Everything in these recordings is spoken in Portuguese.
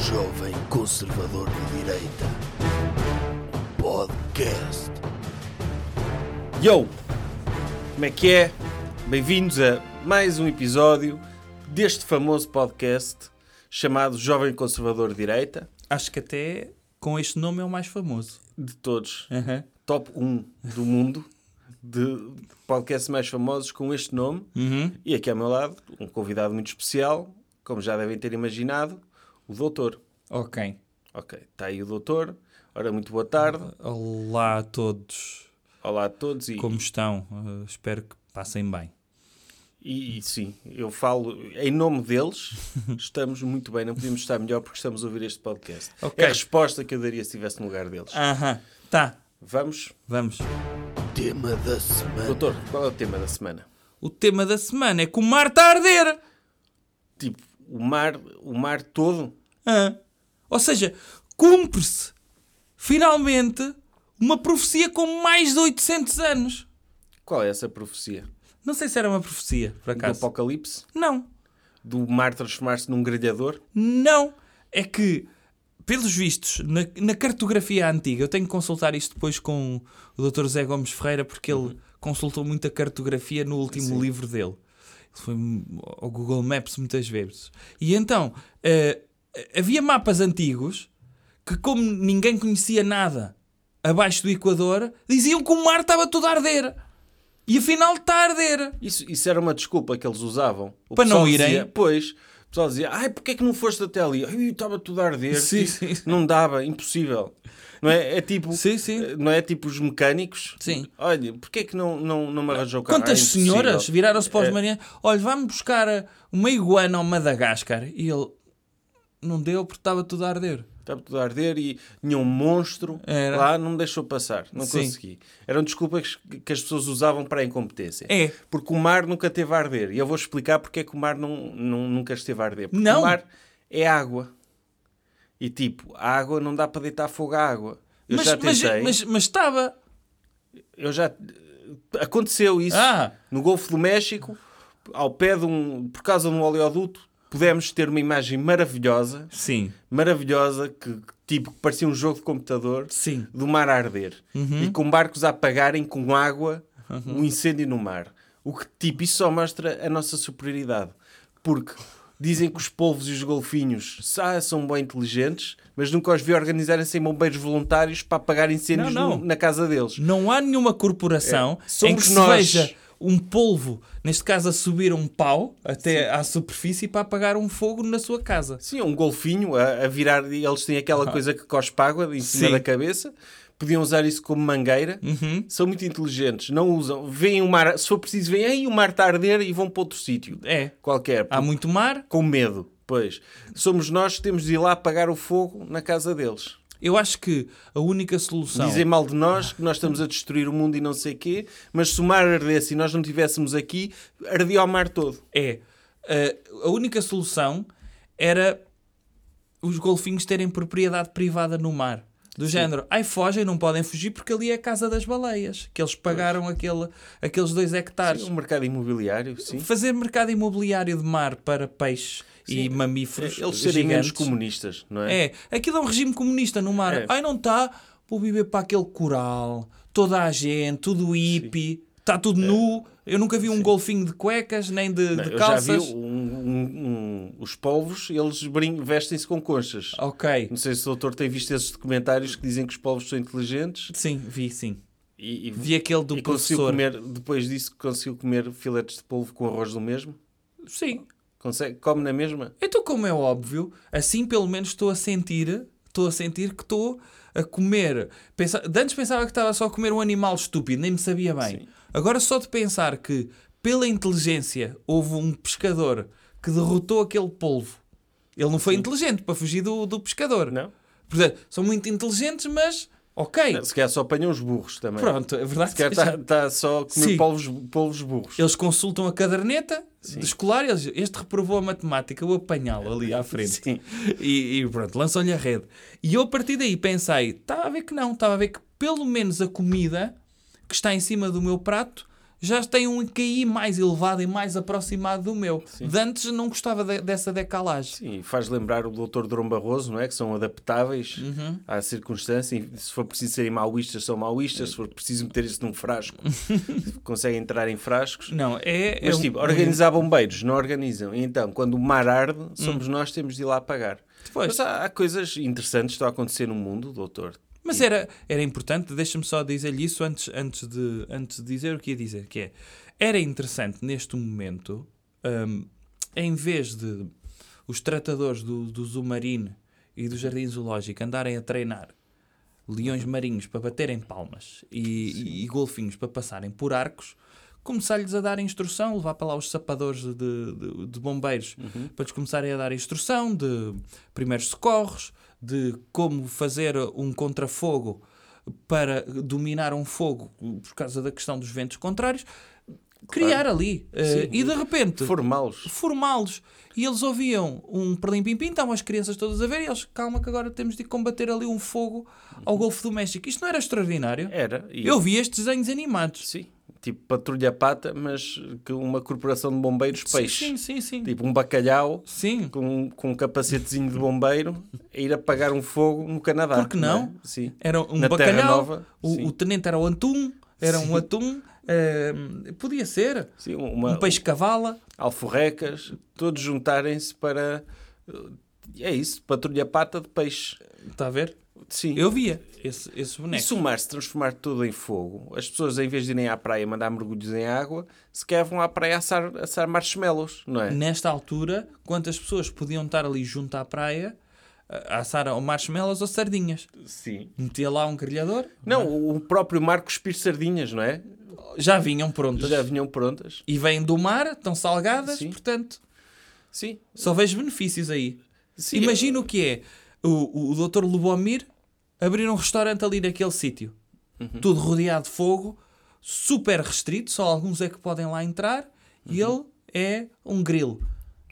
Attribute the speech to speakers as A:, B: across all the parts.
A: Jovem Conservador de Direita. Podcast.
B: Yo! Como é que é? Bem-vindos a mais um episódio deste famoso podcast chamado Jovem Conservador de Direita,
C: Acho que até com este nome é o mais famoso.
B: de todos, top 1 do mundo, de podcasts mais famosos com este nome.
C: Uhum.
B: E aqui ao meu lado, um convidado muito especial, como já devem ter imaginado, o Doutor.
C: Ok.
B: Ok, está aí o Doutor. Ora, muito boa tarde.
C: Olá a todos.
B: Olá a todos e
C: Como estão? Uh, espero que passem bem.
B: E, e sim, eu falo em nome deles, estamos muito bem, não podíamos estar melhor porque estamos a ouvir este podcast.
C: Ok.
B: É a resposta que eu daria se estivesse no lugar deles.
C: Aham. Tá.
B: Vamos,
C: Vamos.
A: Tema da semana.
B: doutor, qual é o tema da semana?
C: O tema da semana é que o mar está a arder.
B: Tipo, o mar, o mar todo?
C: Hã? Ou seja, cumpre-se finalmente uma profecia com mais de 800 anos.
B: Qual é essa profecia?
C: Não sei se era uma profecia, por
B: Do
C: acaso.
B: apocalipse?
C: Não.
B: Do mar transformar-se num grelhador?
C: Não. É que, pelos vistos, na, na cartografia antiga, eu tenho que consultar isto depois com o Dr. Zé Gomes Ferreira, porque ele consultou muita cartografia no último livro dele. Ele foi ao Google Maps muitas vezes. E então, eh, havia mapas antigos que, como ninguém conhecia nada abaixo do Equador, diziam que o mar estava todo a arder. E afinal está a arder.
B: Isso, isso era uma desculpa que eles usavam. O
C: Para não
B: pessoal
C: irem.
B: Dizia, pois, o pessoal dizia, ai, porque é que não foste até ali? Ai, estava tudo a arder.
C: Sim,
B: tipo,
C: sim.
B: Não dava, impossível. Não é? É tipo,
C: Sim, sim.
B: não é tipo os mecânicos?
C: Sim.
B: Olha, porque é que não, não, não me arranjou o carro?
C: Quantas
B: Ah, é impossível.
C: senhoras viraram-se para os
B: É.
C: marinheiros? Olha, vamos buscar eh, uma iguana ao Madagascar. E ele não deu porque estava tudo a arder.
B: Estava tudo a arder e tinha um monstro
C: Era.
B: lá, não me deixou passar, não
C: Sim.
B: consegui. Eram desculpas que- que as pessoas usavam para a incompetência.
C: É.
B: Porque o mar nunca teve a arder. E eu vou explicar porque é que o mar não, não- nunca esteve a arder. Porque
C: Não.
B: o mar é água. E tipo, a água não dá para deitar fogo à água. Eu
C: Mas,
B: já
C: mas,
B: tentei.
C: mas- mas estava.
B: Eu já... Aconteceu isso.
C: Ah.
B: No Golfo do México, ao pé de um... Por causa de um oleoduto, pudemos ter uma imagem maravilhosa
C: Sim.
B: maravilhosa que que, tipo que parecia um jogo de computador
C: Sim.
B: do mar a arder
C: Uhum.
B: e com barcos a apagarem com água o incêndio no mar. O que tipo isso só mostra a nossa superioridade, porque dizem que os polvos e os golfinhos sa- são bem inteligentes, mas nunca os vi organizarem-se em bombeiros voluntários para apagar incêndios
C: Não, não.
B: no- na casa deles.
C: Não há nenhuma corporação
B: É. Somos
C: em que se
B: nós.
C: veja um polvo, neste caso a subir um pau até à superfície para apagar um fogo na sua casa.
B: Sim, um golfinho a, a virar, e eles têm aquela coisa que cospe água em cima
C: Ah. Sim. Uhum.
B: da cabeça. Podiam usar isso como mangueira. São muito inteligentes, não usam. Vêm o mar, se for preciso, vêm aí o mar está a arder e vão para outro sítio.
C: É.
B: Qualquer.
C: Há muito mar.
B: Com medo, pois. Somos nós que temos de ir lá apagar o fogo na casa deles.
C: Eu acho que a única solução.
B: Dizem mal de nós, que nós estamos a destruir o mundo e não sei quê, mas se o mar ardesse e nós não estivéssemos aqui, ardia o mar todo.
C: É. uh, a única solução era os golfinhos terem propriedade privada no mar. Do género, ai fogem, não podem fugir porque ali é a casa das baleias, que eles pagaram aquele, aqueles dois hectares.
B: O um mercado imobiliário, sim.
C: Fazer mercado imobiliário de mar para peixes e mamíferos.
B: é, Eles serem menos
C: gigantes.
B: comunistas, não é?
C: É, aquilo é um regime comunista no mar.
B: É.
C: Ai, não está? Vou viver para aquele coral, toda a gente, tudo hippie, está tudo nu. Eu nunca vi um golfinho de cuecas nem de,
B: É. Não,
C: de
B: eu
C: calças.
B: já vi um- um- um- os polvos, eles brin- vestem-se com conchas.
C: Ok.
B: Não sei se o doutor tem visto esses documentários que dizem que os polvos são inteligentes
C: Sim, vi, sim.
B: e, e-
C: Vi aquele do
B: e conseguiu
C: professor.
B: comer, depois disso, conseguiu comer filetes de polvo com arroz do mesmo?
C: Sim.
B: Consegue? Come na mesma?
C: Então, como é óbvio, assim pelo menos estou a sentir, estou a sentir que estou a comer. Pensa... de Antes pensava que estava só a comer um animal estúpido, nem me sabia bem. Agora só de pensar que pela inteligência houve um pescador que derrotou aquele polvo. Ele não foi inteligente para fugir do, do pescador.
B: Não?
C: Portanto, são muito inteligentes, mas ok.
B: Se calhar só apanham os burros também.
C: Pronto, é verdade.
B: Se calhar
C: que
B: está está só a comer
C: Sim.
B: polvos, polvos burros.
C: Eles consultam a caderneta de escolar e eles este reprovou a matemática, eu apanhá-lo ali à frente.
B: Sim.
C: E, e pronto, lançam-lhe a rede. E eu a partir daí "Tá pensei, estava a ver que não, estava a ver que pelo menos a comida que está em cima do meu prato já tem um QI mais elevado e mais aproximado do meu. De antes não gostava de- dessa decalagem.
B: Sim, faz lembrar o Dr. Dom Barroso, não é? Que são adaptáveis
C: Uhum.
B: à circunstância. E se for preciso serem maoístas, são maoístas. Se for preciso meter isso num frasco, conseguem entrar em frascos.
C: Não, é.
B: Mas,
C: é um-
B: tipo, organizar bombeiros, não organizam. E então, quando o mar arde, somos
C: Hum.
B: nós que temos de ir lá apagar.
C: Depois.
B: Mas há, há coisas interessantes que estão a acontecer no mundo, doutor.
C: Mas era, era importante, deixa-me só dizer-lhe isso antes, antes, de, antes de dizer o que ia dizer, que é, era interessante neste momento, hum, em vez de os tratadores do, do Zoo Marine e do Jardim Zoológico andarem a treinar leões marinhos para baterem palmas e, e- e golfinhos para passarem por arcos, começar-lhes a dar instrução, levar para lá os sapadores de, de- de bombeiros para lhes começarem a dar instrução de primeiros socorros, de como fazer um contrafogo para dominar um fogo por causa da questão dos ventos contrários, criar ali. eh, e de repente
B: Formá-los.
C: formá-los. E eles ouviam um perlim-pim-pim, estavam as crianças todas a ver, e eles, calma que agora temos de combater ali um fogo ao Golfo do México. Isto não era extraordinário?
B: Era. É, E-
C: Eu vi estes desenhos animados.
B: Sim. Tipo patrulha pata, mas que uma corporação de bombeiros peixe.
C: Sim, sim, sim.
B: Tipo um bacalhau
C: Sim.
B: com, com um capacetezinho de bombeiro a ir apagar um fogo no Canadá.
C: Por que não?
B: é? Sim.
C: Era um
B: Na Terra
C: bacalhau,
B: Nova, sim.
C: o, o tenente era o Antum, era um atum, eh, podia ser,
B: Sim, uma,
C: um peixe-cavala.
B: Alforrecas, todos juntarem-se para. É isso, patrulha pata de peixe.
C: Está a ver?
B: Sim.
C: Eu via esse, esse
B: E
C: boneco.
B: se o mar se transformar tudo em fogo, as pessoas, em vez de irem à praia mandar mergulhos em água, se calhar vão à praia assar, assar marshmallows, não é?
C: nesta altura, quantas pessoas podiam estar ali junto à praia a a assar ou marshmallows ou sardinhas?
B: Sim.
C: Metia lá um grelhador,
B: Não, o próprio mar cuspir sardinhas, não é?
C: já vinham prontas.
B: Já vinham prontas.
C: E vêm do mar, estão salgadas,
B: Sim.
C: portanto,
B: Sim.
C: só vejo benefícios aí.
B: Sim.
C: Imagina o que é o, o Dr. Lubomir abrir um restaurante ali naquele sítio, tudo rodeado de fogo, super restrito, só alguns é que podem lá entrar, e ele é um grill,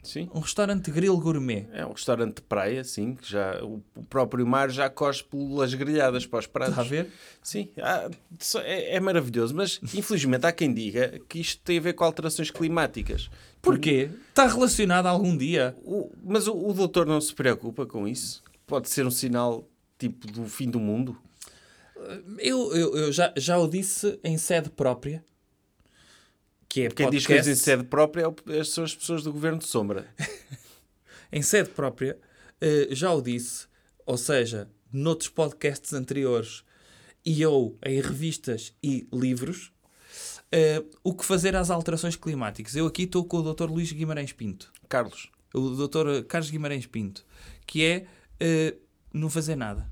B: Sim.
C: um restaurante grill gourmet.
B: É um restaurante de praia, sim, que já o o próprio mar já cospe pelas grelhadas para os pratos.
C: Está a ver?
B: Sim, há- só- é, é maravilhoso, mas infelizmente há quem diga que isto tem a ver com alterações climáticas.
C: Porquê? Está relacionado algum dia?
B: O- mas o, o doutor não se preocupa com isso? Pode ser um sinal tipo do fim do mundo?
C: Eu, eu, eu já, já o disse em sede própria. Que é
B: Quem
C: podcast,
B: diz coisas em sede própria é o- são as pessoas do governo de sombra.
C: em sede própria, eh, já o disse, ou seja, noutros podcasts anteriores e eu em revistas e livros, eh, o que fazer às alterações climáticas. Eu aqui estou com o Dr. Luís Guimarães Pinto,
B: Carlos,
C: o Dr. Carlos Guimarães Pinto, que é eh, não fazer nada.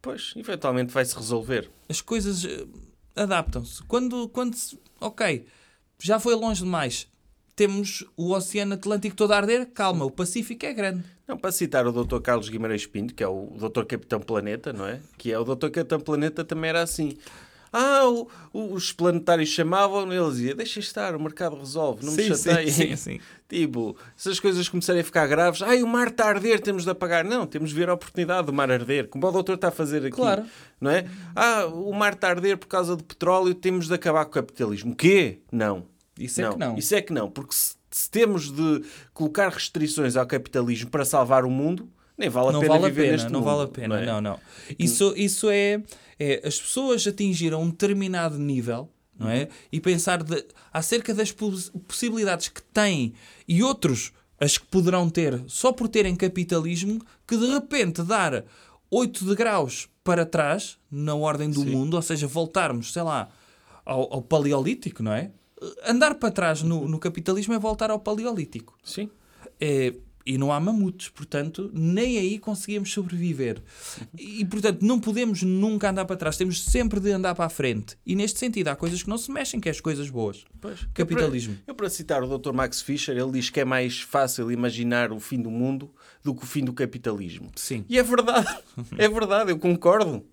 B: pois, eventualmente vai-se resolver.
C: as coisas eh, adaptam-se. Quando, quando se- ok, já foi longe demais. Temos o Oceano Atlântico todo a arder, calma, o Pacífico é grande.
B: Não, para citar o Dr. Carlos Guimarães Pinto, que é o Dr. Capitão Planeta, não é? Que é o Dr. Capitão Planeta também era assim. Ah, o- o- os planetários chamavam, ele dizia: deixa estar, o mercado resolve, não me chateiem. Tipo, se as coisas começarem a ficar graves, ai, o mar está a arder, temos de apagar. Não, temos de ver a oportunidade do mar arder, como o doutor está a fazer aqui.
C: Claro.
B: Não é? Ah, o mar está a arder por causa do petróleo, temos de acabar com o capitalismo. Quê? Não.
C: Isso é que não.
B: Isso é que não, porque se, se temos de colocar restrições ao capitalismo para salvar o mundo, nem vale a
C: Não
B: pena
C: vale a
B: viver
C: pena,
B: neste
C: não
B: mundo.
C: vale a pena,
B: é?
C: não, não. Isso, isso é, é as pessoas atingiram um determinado nível, não
B: Uhum.
C: é? E pensar de, acerca das pos- possibilidades que têm e outros as que poderão ter só por terem capitalismo, que de repente dar 8 degraus para trás na ordem do mundo, ou seja, voltarmos, sei lá, ao, ao paleolítico, não é? Andar para trás no- no capitalismo é voltar ao paleolítico.
B: Sim.
C: É, e não há mamutes, portanto, nem aí conseguimos sobreviver. E, portanto, não podemos nunca andar para trás, temos sempre de andar para a frente. E neste sentido, há coisas que não se mexem, que é as coisas boas. Capitalismo.
B: Eu, para citar o Dr. Max Fischer, ele diz que é mais fácil imaginar o fim do mundo do que o fim do capitalismo.
C: Sim.
B: E é verdade, é verdade, eu concordo,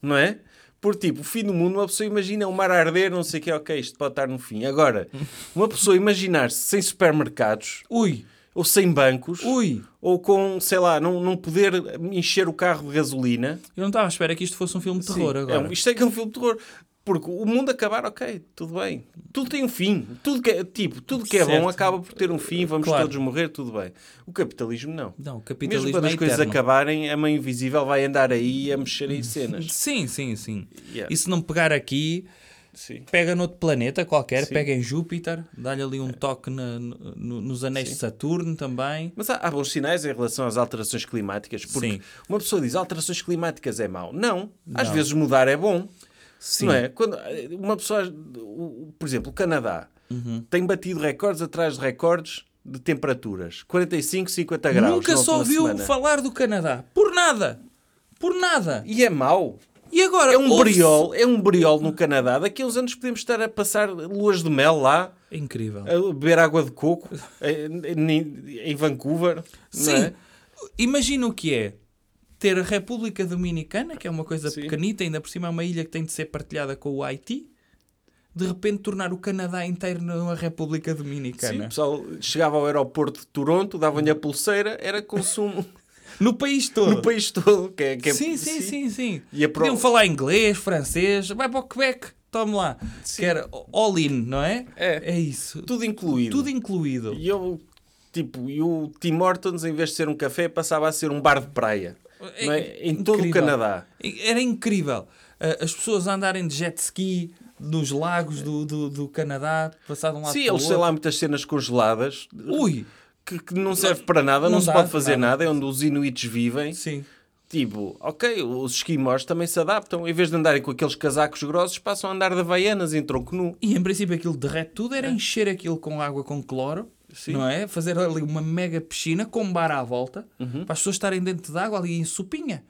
B: não é? Por tipo, o fim do mundo, uma pessoa imagina o mar a arder, não sei o que, ok, isto pode estar no fim. Agora, uma pessoa imaginar-se sem supermercados,
C: Ui,
B: ou sem bancos,
C: ui,
B: ou com, sei lá, não, não poder encher o carro de gasolina.
C: eu não estava à espera que isto fosse um filme de terror
B: Sim, é
C: agora.
B: um- isto é que é um filme de terror. Porque o mundo acabar, ok, tudo bem. Tudo tem um fim. Tudo que é, tipo, tudo que é
C: Certo.
B: bom acaba por ter um fim, vamos
C: Claro.
B: todos morrer, tudo bem. O capitalismo não.
C: Não, o
B: Mesmo
C: capitalismo
B: quando
C: é
B: as coisas
C: eterno.
B: acabarem, a mãe invisível vai andar aí a mexer em cenas.
C: Sim, sim, sim.
B: Yeah.
C: E se não pegar aqui,
B: Sim.
C: pega noutro planeta qualquer,
B: Sim. É.
C: pega em Júpiter, dá-lhe ali um toque na- no- nos anéis de Saturno também.
B: Mas há, há bons sinais em relação às alterações climáticas, porque
C: Sim.
B: uma pessoa diz alterações climáticas é mau. Não, às
C: Não.
B: vezes mudar é bom.
C: Sim.
B: Não é? Quando eh, uma pessoa, o- o- por exemplo, o Canadá
C: Uhum.
B: tem batido recordes atrás de recordes de temperaturas, 45, 50 graus.
C: Nunca
B: na
C: só
B: última
C: ouviu
B: semana.
C: falar do Canadá. Por nada. Por nada.
B: E é mau.
C: E agora?
B: É um
C: ouve-se-
B: briol, é um briol no Canadá. Daqui a uns anos podemos estar a passar luas de mel lá,
C: É incrível.
B: a beber água de coco eh, em, em Vancouver. não
C: Sim.
B: é?
C: Imagina o que é ter a República Dominicana, que é uma coisa
B: Sim.
C: pequenita, ainda por cima é uma ilha que tem de ser partilhada com o Haiti, de repente tornar o Canadá inteiro numa República
B: Sim, o
C: Dominicana.
B: pessoal chegava ao aeroporto de Toronto, davam-lhe a pulseira, era consumo
C: No país todo.
B: no país todo. Que é, que é-
C: sim, sim, sim, sim.
B: E a pro-
C: Podiam falar inglês, francês, vai para o Quebec, tome lá. Que era all in, não é?
B: É.
C: isso. Tudo,
B: Tudo incluído.
C: incluído.
B: E eu, tipo, e o Tim Hortons, em vez de ser um café, passava a ser um bar de praia.
C: É
B: não é? Em todo o
C: incrível. É,
B: Canadá.
C: Era incrível. Ah, As pessoas andarem de jet ski nos lagos do, do, do Canadá, passar de um lado
B: Sim,
C: para o
B: eles têm
C: outro.
B: lá muitas cenas congeladas
C: Ui!
B: que, que não serve para nada, não,
C: não
B: se
C: dá
B: pode fazer
C: nada.
B: nada. é onde os inuites vivem.
C: Sim.
B: Tipo, ok, os esquimós também se adaptam. Em vez de andarem com aqueles casacos grossos, passam a andar de havaianas em tronco nu.
C: E em princípio aquilo derrete tudo, era encher aquilo com água com cloro,
B: É. Sim.
C: não é? Fazer ali uma mega piscina com um bar à volta,
B: Uhum.
C: para as pessoas estarem dentro de água ali em supinha.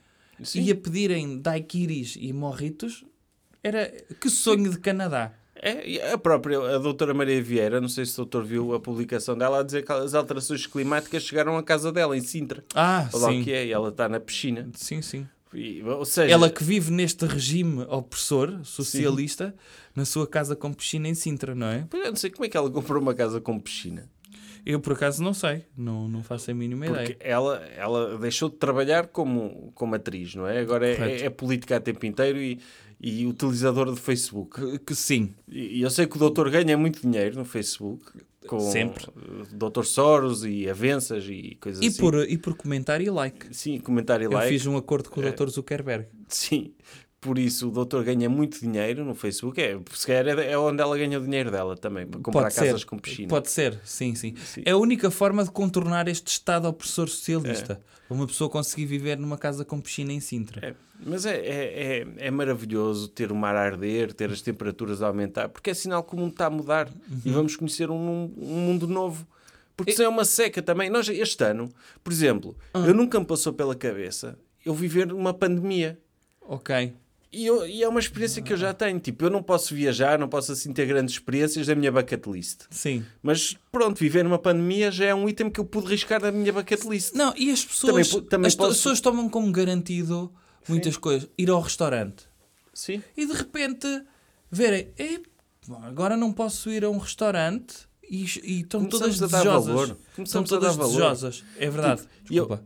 C: E a pedirem daiquiris e morritos, era que sonho de Canadá.
B: É, e a própria a doutora Maria Vieira, não sei se o doutor viu a publicação dela, a dizer que as alterações climáticas chegaram à casa dela, em Sintra.
C: Ah,
B: Olha lá
C: sim.
B: o que é, e ela está na piscina.
C: Sim, sim.
B: E, ou seja,
C: Ela que vive neste regime opressor, socialista, na sua casa com piscina em Sintra, não é?
B: eu não sei como é que ela comprou uma casa com piscina.
C: Eu por acaso não sei, não, não faço a mínima
B: Porque
C: ideia.
B: ela, ela deixou de trabalhar como, como atriz, não é? Agora é- é,
C: Correto.
B: é política a tempo inteiro e, e utilizadora de Facebook.
C: Que, que sim,
B: E e eu sei que o doutor ganha muito dinheiro no Facebook. Com
C: Sempre.
B: eh, Doutor Soros e avanças e coisas
C: e
B: assim.
C: por, e por comentar e like.
B: Sim, comentário e
C: Eu
B: like. é,
C: fiz um acordo com o Dr. Zuckerberg.
B: Sim. Por isso o doutor ganha muito dinheiro no Facebook. É, se calhar é é onde ela ganha o dinheiro dela também. Para comprar casas com piscina.
C: Pode ser, sim, sim,
B: Sim.
C: É a única forma de contornar este estado opressor socialista. Uma pessoa conseguir viver numa casa com piscina em Sintra.
B: É, mas é, é, é, é maravilhoso ter o mar a arder, ter as temperaturas a aumentar, porque é sinal que o mundo está a mudar e
C: Uhum.
B: vamos conhecer um, um mundo novo. Porque senão é uma seca também. Nós, este ano, por exemplo,
C: Ah.
B: eu nunca me passou pela cabeça eu viver uma pandemia.
C: Ok.
B: E, eu- e é uma experiência que eu já tenho. Tipo, eu não posso viajar, não posso assim ter grandes experiências da minha bucket list.
C: Sim.
B: Mas pronto, viver numa pandemia já é um item que eu pude riscar da minha bucket list.
C: Não, e as pessoas,
B: Também po- também
C: as to-
B: posso-
C: pessoas tomam como garantido muitas coisas. Ir ao restaurante.
B: Sim.
C: E de repente verem, "Eh, bom, agora não posso ir a um restaurante e, e estão
B: Começamos
C: todas
B: a dar
C: desejosas.
B: valor.
C: Estão
B: Começamos a
C: todas
B: dar valor. Tipo,
C: desejosas. É verdade.
B: e eu-
C: Desculpa.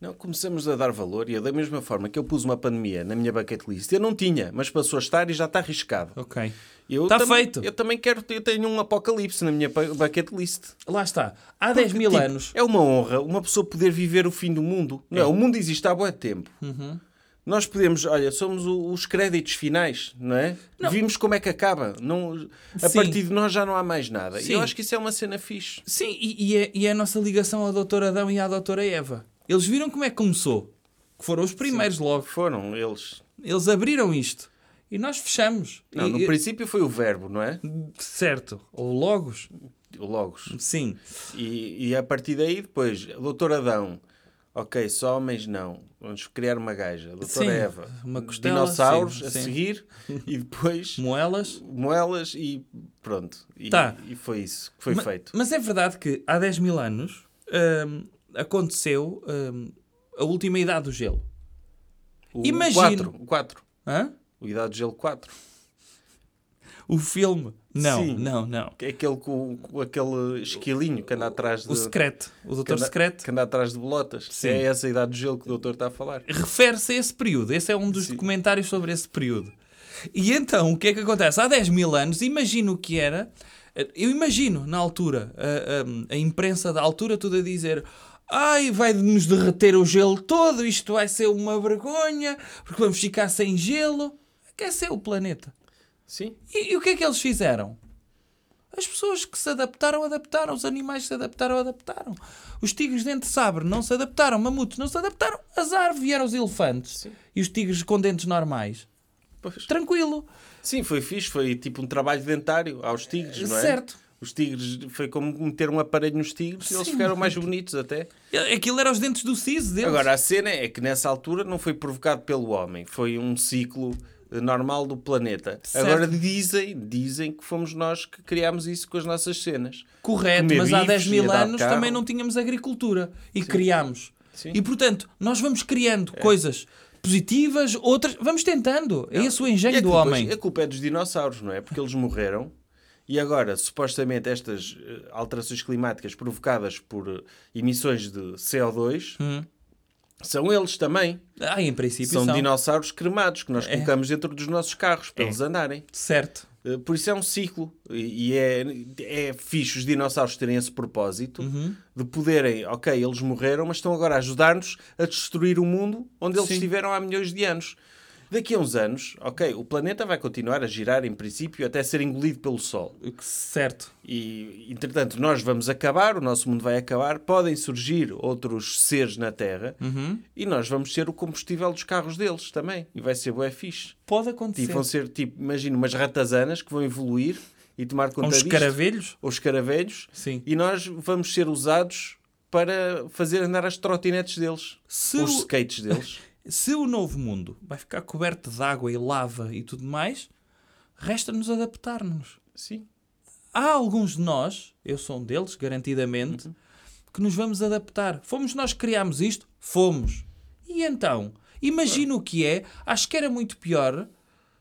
B: Não, começamos a dar valor e eu, da mesma forma que eu pus uma pandemia na minha bucket list, eu não tinha, mas passou a estar e já está arriscado.
C: Ok.
B: Eu
C: Está
B: também-
C: feito.
B: Eu também quero, eu tenho um apocalipse na minha pa- bucket list.
C: Lá está. Há 10 mil
B: Tipo,
C: anos.
B: É uma honra uma pessoa poder viver o fim do mundo. Não, é? o mundo existe há bué tempo.
C: Uhum.
B: Nós podemos, olha, somos o- os créditos finais, não é? Vimos como é que acaba. Não, a
C: Sim.
B: partir de nós já não há mais nada. E
C: Sim.
B: eu acho que isso é uma cena fixe.
C: Sim, e, e é, e é a nossa ligação ao Dr. Adão e à Doutora Eva. Eles viram como é que começou. Que foram os primeiros logo.
B: Foram eles.
C: Eles abriram isto. E nós fechamos.
B: Não,
C: E-
B: no
C: e-
B: princípio foi o verbo, não é?
C: Certo. Ou logos.
B: O Logos.
C: Sim.
B: E, e a partir daí, depois, Doutor Adão, ok, só homens não, vamos criar uma gaja. Doutora
C: Sim,
B: Eva,
C: uma costela,
B: dinossauros
C: sim,
B: a
C: sim.
B: seguir e depois
C: Moelas.
B: moelas e pronto. E,
C: Tá.
B: e foi isso que foi
C: Ma-
B: feito.
C: Mas é verdade que há 10 mil anos hum, aconteceu hum, a última idade do gelo.
B: O
C: Imagino-
B: 4, o 4,
C: Hã?
B: o Idade de Gelo 4.
C: O filme. Não,
B: Sim.
C: não, não.
B: Que é aquele com, com aquele esquilinho que anda atrás de.
C: O secreto. O
B: que
C: Doutor
B: anda-
C: Secreto.
B: Que anda atrás de bolotas.
C: Sim.
B: É essa a idade do gelo que o doutor está a falar.
C: refere-se a esse período. Esse é um dos documentários sobre esse período. E então, o que é que acontece? Há 10 mil anos, imagino o que era. eh, Eu imagino, na altura, a, a- a imprensa da altura toda a dizer. Ai, vai nos derreter o gelo todo, isto vai ser uma vergonha, porque vamos ficar sem gelo. Aqueceu o planeta.
B: Sim.
C: E, e o que é que eles fizeram? As pessoas que se adaptaram, adaptaram. Os animais que se adaptaram, adaptaram. Os tigres dente de sabre não se adaptaram. Mamutos não se adaptaram. Azar, vieram os elefantes.
B: Sim.
C: E os tigres com dentes normais.
B: Pois.
C: Tranquilo.
B: Sim, foi fixe, foi tipo um trabalho dentário aos tigres, não é?
C: Certo.
B: Os tigres, foi como meter um aparelho nos tigres e eles
C: Sim.
B: ficaram mais bonitos até.
C: Aquilo era os dentes do siso deles.
B: Agora, a cena é que nessa altura não foi provocado pelo homem, foi um ciclo eh, normal do planeta.
C: Certo.
B: Agora dizem, dizem que fomos nós que criámos isso com as nossas cenas.
C: Correto,
B: comer
C: mas há
B: bifes,
C: 10 mil
B: ia dar
C: anos
B: carro.
C: também não tínhamos agricultura. E criámos.
B: Sim. É.
C: E portanto, nós vamos criando coisas positivas, outras... Vamos tentando. É esse o engenho
B: E a
C: do
B: culpa-
C: homem.
B: A culpa é dos dinossauros, não é? Porque eles morreram e agora, supostamente, estas eh, alterações climáticas provocadas por eh, emissões de CO2 são eles também.
C: Ah, em princípio
B: São,
C: Hum. são. É.
B: dinossauros cremados que nós colocamos dentro dos nossos carros para eles andarem.
C: Certo.
B: Eh, Por isso é um ciclo e e é, é fixe os dinossauros terem esse propósito de poderem, ok, eles morreram, mas estão agora a ajudar-nos a destruir o mundo onde eles
C: Sim.
B: estiveram há milhões de anos. Daqui a uns anos, ok, o planeta vai continuar a girar em princípio até ser engolido pelo Sol.
C: Certo.
B: E, entretanto, nós vamos acabar, o nosso mundo vai acabar, podem surgir outros seres na Terra e nós vamos ser o combustível dos carros deles também. E vai ser bué fixe.
C: Pode
B: E
C: acontecer.
B: vão ser, tipo, imagina, umas ratazanas que vão evoluir e tomar conta
C: Uns
B: disto.
C: escaravelhos?
B: Ou escaravelhos.
C: Sim.
B: E nós vamos ser usados para fazer andar as trotinetes deles.
C: Se
B: ou os
C: o-
B: skates deles.
C: Se o novo mundo vai ficar coberto de água e lava e tudo mais, resta-nos adaptar-nos.
B: Sim.
C: Há alguns de nós, eu sou um deles, garantidamente, que nos vamos adaptar. Fomos nós que criámos isto? Fomos. E então? Imagino o que é. Acho que era muito pior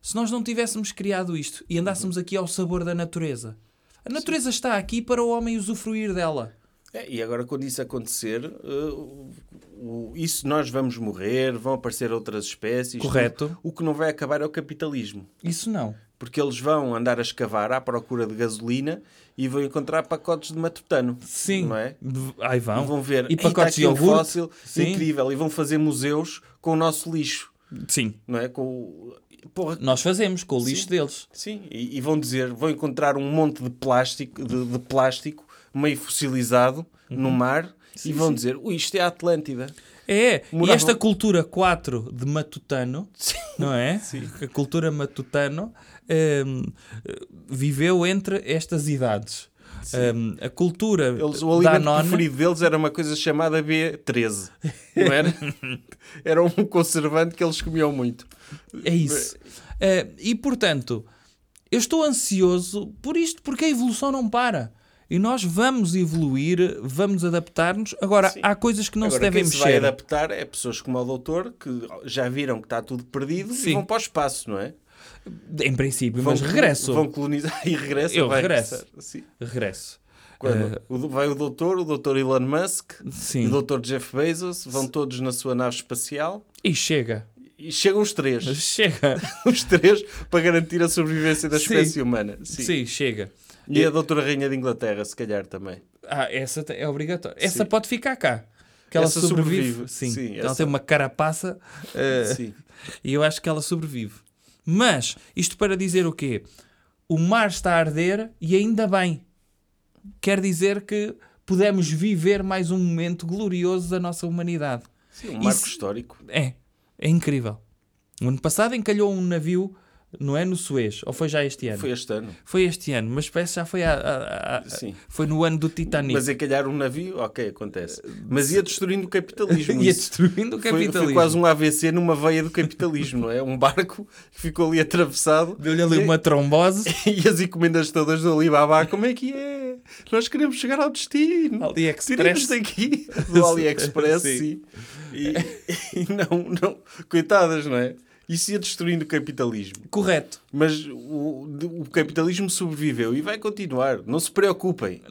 C: se nós não tivéssemos criado isto e andássemos aqui ao sabor da natureza. A natureza está aqui para o homem usufruir dela.
B: É, e agora, quando isso acontecer, eh, o- o- isso nós vamos morrer, vão aparecer outras espécies.
C: Correto.
B: tudo. O que não vai acabar é o capitalismo.
C: Isso não.
B: Porque eles vão andar a escavar à procura de gasolina e vão encontrar pacotes de matutano.
C: Sim.
B: Não é?
C: Aí
B: E
C: vão.
B: vão ver
C: Então, E
B: "Ei, tá
C: pacotes de
B: aqui um
C: iogurte.
B: fóssil
C: Sim.
B: incrível e vão fazer museus com o nosso lixo,
C: Sim.
B: não é? Com o- porra,
C: Nós fazemos com o lixo deles.
B: sim, e, e vão dizer, vão encontrar um monte de plástico, de, de plástico meio fossilizado
C: Uhum.
B: no mar e vão dizer, "Ui, isto é a Atlântida.
C: É, e
B: Moravam-
C: esta cultura 4 de matutano, não é? A cultura matutano hum, viveu entre estas idades. Hum, a cultura
B: Eles, o alimento
C: Danone,
B: preferido deles era uma coisa chamada B13, não era? era um conservante que eles comiam muito.
C: é isso. Eh, e portanto, eu estou ansioso por isto, porque a evolução não para. E nós vamos evoluir, vamos adaptar-nos. Agora, há coisas que não
B: Agora,
C: se devem
B: quem
C: mexer.
B: se vai adaptar é pessoas como o doutor que já viram que está tudo perdido
C: Sim.
B: e vão para o espaço, não é?
C: Em princípio,
B: Vão-
C: mas regresso.
B: Vão colonizar e regressa.
C: Eu
B: vai
C: regresso.
B: regressar, Sim.
C: Regresso.
B: Quando o do- vai o doutor, o doutor Elon Musk,
C: Sim.
B: e o doutor Jeff Bezos, vão todos na sua nave espacial
C: E chega.
B: e chegam os três.
C: Chega.
B: os três para garantir a sobrevivência da
C: Sim.
B: espécie humana. Sim.
C: Sim, chega.
B: E a doutora Rainha de Inglaterra, se calhar também.
C: Ah, essa te- é obrigatória. Essa
B: Sim.
C: pode ficar cá. Que ela
B: Essa
C: sobrevive.
B: sobrevive.
C: Sim.
B: Sim,
C: Ela
B: essa-
C: tem uma carapaça eh,
B: Sim.
C: e eu acho que ela sobrevive. Mas, isto para dizer o quê? O mar está a arder e ainda bem. Quer dizer que pudemos viver mais um momento glorioso da nossa humanidade.
B: Sim, um marco
C: Isso-
B: histórico.
C: É, é incrível. No ano passado encalhou um navio, não é? No Suez. Ou foi já este ano?
B: Foi este ano.
C: Foi este ano, mas parece que já foi, há- há- há-
B: Sim.
C: foi no ano do Titanic.
B: Mas encalhar um navio, ok, acontece. Mas ia destruindo o capitalismo.
C: Eh, Ia
B: Isso
C: destruindo o
B: foi-
C: capitalismo.
B: Foi, quase um AVC numa veia do capitalismo, não é? Um barco que ficou ali atravessado.
C: Deu-lhe ali
B: E-
C: uma trombose.
B: E as encomendas todas do Alibaba, como é que é? Nós queremos chegar ao destino. Tiremos
C: AliExpress.
B: daqui do AliExpress
C: Sim.
B: sim. E, e não, não, coitadas, não é? Isso ia destruindo o capitalismo.
C: Correto.
B: Mas o, o capitalismo sobreviveu e vai continuar. Não se preocupem.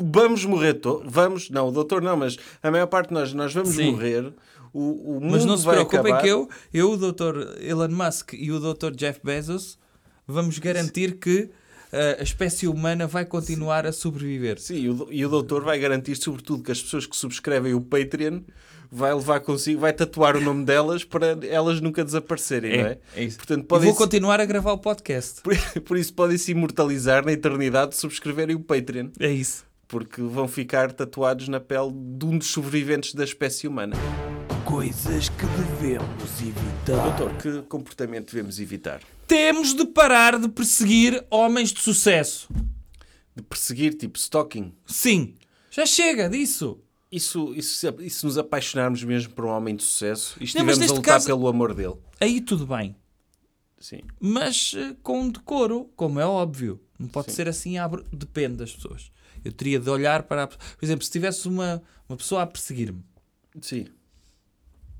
B: vamos morrer todos. Vamos, não, o doutor não, mas a maior parte de nós, nós vamos
C: Sim.
B: morrer. O, o mundo
C: Mas não se
B: vai
C: preocupem
B: acabar.
C: que eu, eu, o Dr. Elon Musk e o Dr. Jeff Bezos vamos garantir que eh, a espécie humana vai continuar a sobreviver.
B: Sim, e o, do- e o doutor vai garantir, sobretudo, que as pessoas que subscrevem o Patreon vai levar consigo, vai tatuar o nome delas para elas nunca desaparecerem, não é?
C: é isso.
B: Portanto,
C: E
B: podem
C: vou continuar a gravar o podcast.
B: por, por isso podem se imortalizar na eternidade de subscreverem o Patreon,
C: É isso.
B: porque vão ficar tatuados na pele de um dos sobreviventes da espécie humana.
A: Coisas que devemos evitar.
B: Doutor, que comportamento devemos evitar?
C: Temos de parar de perseguir homens de sucesso.
B: De perseguir, tipo stalking?
C: Sim. Já chega disso.
B: Isso, isso, e se nos apaixonarmos mesmo por um homem de sucesso e
C: mas
B: estivermos a
C: neste
B: lutar
C: caso-
B: pelo amor dele?
C: Aí tudo bem.
B: Sim.
C: Mas eh, com decoro, como é óbvio. Não pode ser assim, abro... depende das pessoas. Eu teria de olhar para. A... pe- Por exemplo, se tivesse uma, uma pessoa a perseguir-me,
B: Sim.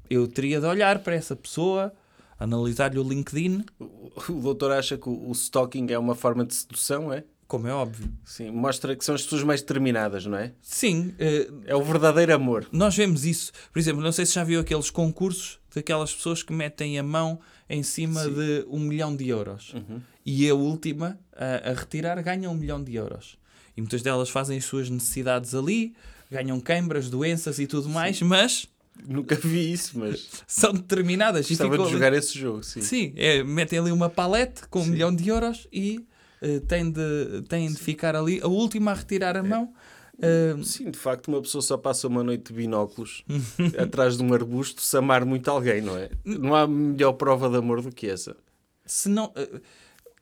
C: eu teria de olhar para essa pessoa, analisar-lhe o LinkedIn,
B: O o doutor acha que o o stalking é uma forma de sedução, é?
C: como é óbvio.
B: Sim, mostra que são as pessoas mais determinadas, não é?
C: Sim, eh,
B: É o verdadeiro amor.
C: nós vemos isso. Por exemplo, não sei se já viu aqueles concursos daquelas pessoas que metem a mão em cima de um milhão de euros.
B: Uhum.
C: E a última a, a retirar ganha um milhão de euros. E muitas delas fazem as suas necessidades ali, ganham queimbras, doenças e tudo mais, mas
B: Nunca vi isso, mas
C: são determinadas. E
B: gostava
C: ficam
B: de
C: ali-
B: jogar esse jogo, sim.
C: Sim, é, metem ali uma palete com um milhão de euros e eh, têm, de, têm de ficar ali, a última a retirar
B: É.
C: a mão. eh,
B: Sim, de facto, uma pessoa só passa uma noite de binóculos atrás de um arbusto se amar muito alguém, não é? Não há melhor prova de amor do que essa.
C: se não. eh,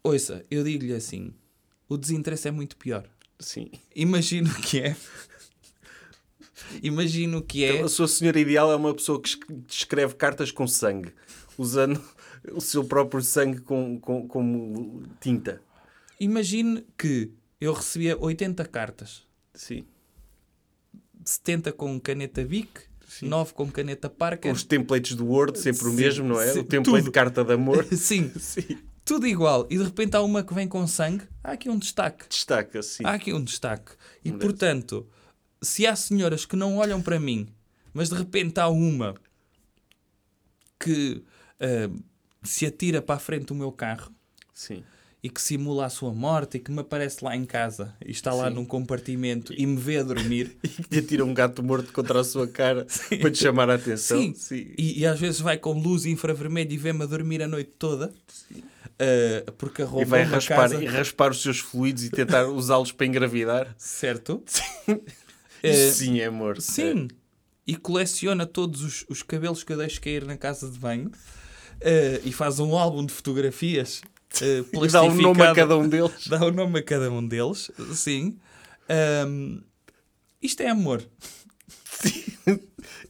C: ouça, eu digo-lhe assim: o desinteresse é muito pior.
B: Sim.
C: Imagino que é. Imagino que é.
B: A sua senhora ideal é uma pessoa que es- que escreve cartas com sangue, usando o seu próprio sangue com, com- como tinta.
C: Imagine que eu recebia 80 cartas,
B: Sim.
C: 70 com caneta Bic, 9 com caneta
B: Com
C: Parker.
B: os templates do Word, sempre o
C: É Sim,
B: mesmo, não é?
C: sim,
B: o template
C: tudo.
B: de carta de amor
C: Sim, tudo igual. E de repente há uma que vem com sangue. Há aqui um destaque.
B: destaca, sim.
C: Há aqui um destaque. E portanto, se há senhoras que não olham para mim, mas de repente há uma que ah, se atira para a frente do meu carro
B: sim.
C: e que simula a sua morte e que me aparece lá em casa e está lá num compartimento e me vê a dormir.
B: E que lhe atira um gato morto contra a sua cara para te chamar a atenção.
C: Sim. E, e às vezes vai com luz infravermelha e vê-me a dormir a noite toda ah, porque
B: E
C: arrombou
B: vai
C: uma
B: raspar,
C: casa.
B: e raspar os seus fluidos e tentar usá-los para engravidar.
C: Certo?
B: Isso sim, é amor.
C: Sim. E coleciona todos os, os cabelos que eu deixo cair na casa de banho eh, e faz um álbum de fotografias eh,
B: E dá um nome a cada um deles.
C: Dá um nome a cada um deles, sim. Ahm, isto é amor.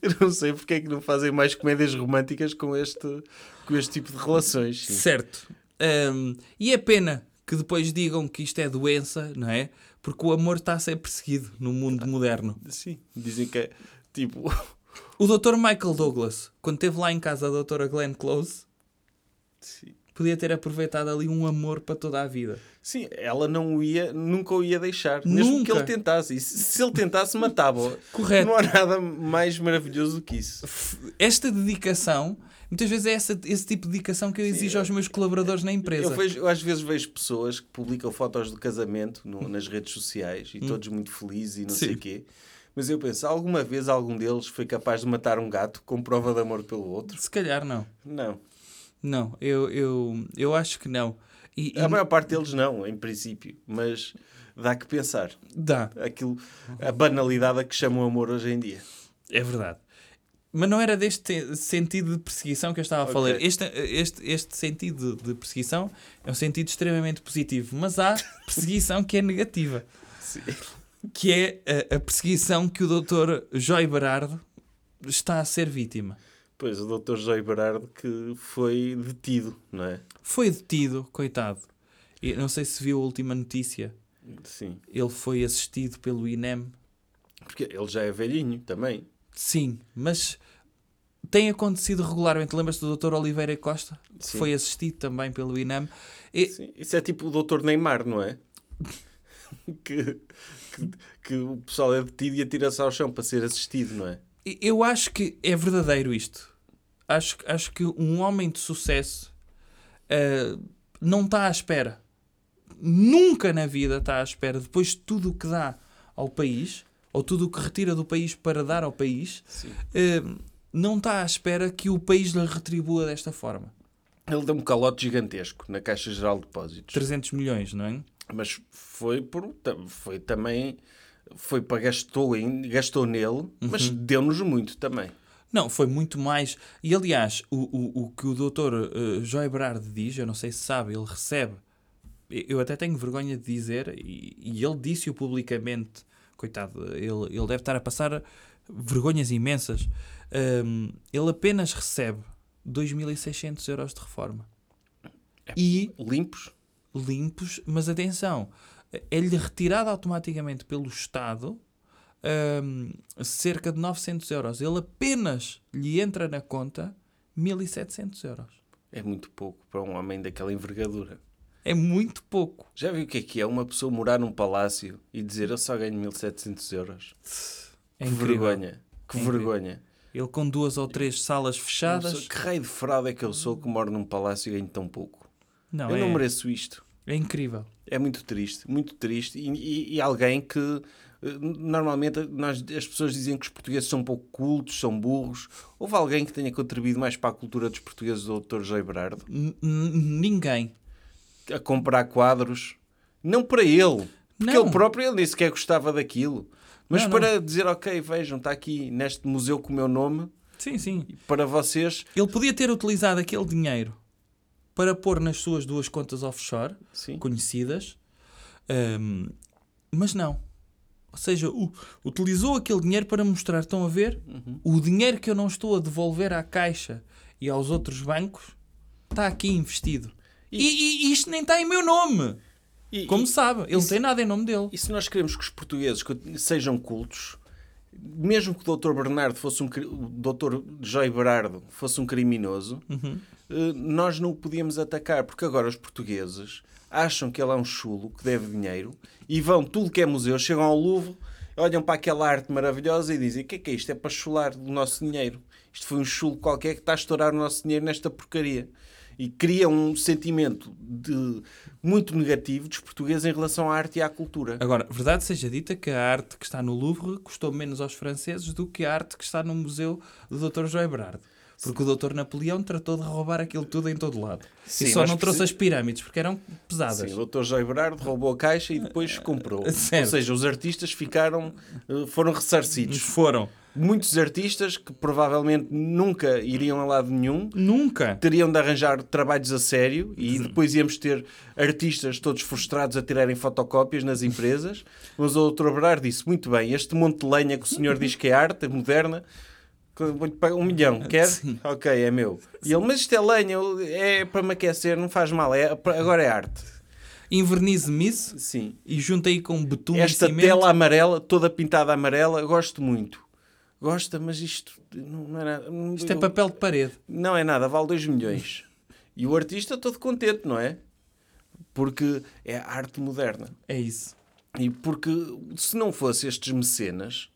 B: Eu não sei porque é que não fazem mais comédias românticas com este, com este tipo de relações. sim.
C: Certo. Ahm, e é pena que depois digam que isto é doença, não é? Porque o amor está a ser perseguido no mundo moderno.
B: Sim. Dizem que é tipo.
C: O Dr. Michael Douglas, quando esteve lá em casa a Dra. Glenn Close,
B: Sim.
C: podia ter aproveitado ali um amor para toda a vida.
B: Sim, ela não o ia, nunca o ia deixar, mesmo que
C: Nunca.
B: ele tentasse. E se, se ele tentasse, matava-o.
C: Correto.
B: Não há nada mais maravilhoso do que isso.
C: esta dedicação, muitas vezes é essa- esse tipo de dedicação que eu exijo aos meus colaboradores na empresa.
B: Eu, vejo- eu às vezes vejo pessoas que publicam fotos do casamento no- nas redes sociais e todos muito felizes e não sei
C: Hum. Sim.
B: o quê. Mas eu penso, alguma vez algum deles foi capaz de matar um gato com prova de amor pelo outro?
C: Se calhar não.
B: Não.
C: Não, eu, eu, eu acho que não. E, e
B: A maior parte deles não, em princípio. Mas dá que pensar.
C: dá,
B: Aquilo, a banalidade a que chama o amor hoje em dia.
C: é verdade. Mas não era deste te- sentido de perseguição que eu estava a falar.
B: Ok.
C: Este, este, este sentido de, de perseguição é um sentido extremamente positivo, mas há perseguição que é negativa.
B: Sim.
C: Que é a, a perseguição que o Dr. Joy Berardo está a ser vítima.
B: Pois, o Dr. Joy Berardo que foi detido, não é?
C: Foi detido, coitado. E não sei se viu a última notícia.
B: Sim.
C: Ele foi assistido pelo INEM.
B: Porque ele já é velhinho também.
C: Sim, mas tem acontecido regularmente. Lembras-te do Dr. Oliveira Costa?
B: Sim.
C: Foi assistido também pelo INEM. E-
B: Sim. Isso é tipo o Dr. Neymar, não é? que, que, que o pessoal é detido e atira-se ao chão para ser assistido, não é?
C: E- Eu acho que é verdadeiro isto. Acho, acho que um homem de sucesso ah, não está à espera. Nunca na vida está à espera. Depois de tudo o que dá ao país, ou tudo o que retira do país para dar ao país, ah, não está à espera que o país lhe retribua desta forma.
B: Ele deu um calote gigantesco na Caixa Geral de Depósitos.
C: 300 milhões, não é?
B: mas foi por tam- foi também foi para gastou em gastou nele mas deu-nos muito também
C: Não, foi muito mais. E aliás, o, o, o que o doutor eh, Joy Brard diz, eu não sei se sabe, ele recebe. Eu até tenho vergonha de dizer, e, e ele disse-o publicamente, coitado, ele, ele deve estar a passar vergonhas imensas. Hum, ele apenas recebe 2.600 euros de reforma. E
B: limpos
C: limpos, mas atenção, é-lhe retirado automaticamente pelo Estado hum, cerca de 900 euros. Ele apenas lhe entra na conta 1.700 euros.
B: é muito pouco para um homem daquela envergadura
C: É muito pouco.
B: já viu o que é que é uma pessoa morar num palácio e dizer eu só ganho 1700 euros
C: É
B: que
C: incrível.
B: vergonha que
C: É incrível.
B: vergonha
C: Ele com duas ou três salas
B: Uma pessoa-
C: fechadas.
B: que raio de fraude é que eu sou que moro num palácio e ganho tão pouco
C: Não,
B: eu
C: é,
B: não mereço isto
C: é incrível.
B: É muito triste, muito triste. E, e- e alguém que eh, normalmente nós, as pessoas dizem que os portugueses são pouco cultos, são burros. Houve alguém que tenha contribuído mais para a cultura dos portugueses do Dr. José Berardo?
C: N- n- ninguém.
B: A comprar quadros? Não para ele, porque
C: Não.
B: ele próprio ele nem sequer gostava daquilo. Mas
C: Não, não.
B: para dizer, ok, vejam, está aqui neste museu com o meu nome,
C: Sim, sim.
B: para vocês.
C: Ele podia ter utilizado aquele dinheiro para pôr nas suas duas contas offshore
B: Sim.
C: conhecidas, Ahm, mas não. Ou seja, u- utilizou aquele dinheiro para mostrar, estão a ver,
B: Uhum.
C: o dinheiro que eu não estou a devolver à Caixa e aos outros bancos está aqui investido. E, e- e isto nem está em meu nome.
B: E-
C: Como
B: e-
C: sabe, ele não tem nada em nome dele.
B: E se nós queremos que os portugueses continu- sejam cultos, mesmo que o Dr. Bernardo fosse um cri- o Dr. Joy Berardo fosse um criminoso, eh, nós não o podíamos atacar, porque agora os portugueses acham que ele é um chulo que deve dinheiro e vão tudo que é museu, chegam ao Louvre, olham para aquela arte maravilhosa e dizem: "O que é que é isto? É para chular o nosso dinheiro. Isto foi um chulo qualquer que está a estourar o nosso dinheiro nesta porcaria." E cria um sentimento de, muito negativo dos portugueses em relação à arte e à cultura.
C: Agora, verdade seja dita que a arte que está no Louvre custou menos aos franceses do que a arte que está no museu do Dr. João Ebrard. Porque o Dr. Napoleão tratou de roubar aquilo tudo em todo lado.
B: Sim,
C: e só
B: mas
C: não trouxe
B: preci-
C: as pirâmides, porque eram pesadas.
B: Sim, o Dr. Joy Berardo roubou a caixa e depois comprou.
C: Certo.
B: Ou seja, os artistas ficaram, eh, foram
C: Eles
B: ressarcidos.
C: foram.
B: Muitos artistas que provavelmente nunca iriam a lado nenhum
C: Nunca.
B: teriam de arranjar trabalhos a sério e depois íamos ter artistas todos frustrados a tirarem fotocópias nas empresas. Mas o Dr. Berardo disse: Muito bem, este monte de lenha que o senhor diz que é arte é moderna. que eu Vou-lhe pagar um milhão, quer? Ok, é meu. E ele, mas isto é lenha, é para me aquecer, não faz mal, é, agora é arte.
C: Invernize-me isso
B: Sim.
C: e juntei com betume
B: Esta
C: e cimento.
B: tela amarela, toda pintada amarela, gosto muito. Gosta, mas isto não não é nada. não-
C: Isto é papel de parede.
B: Não é nada, vale 2 milhões. E o artista todo contente, não é? Porque é arte moderna.
C: É isso.
B: E porque se não fosse estes mecenas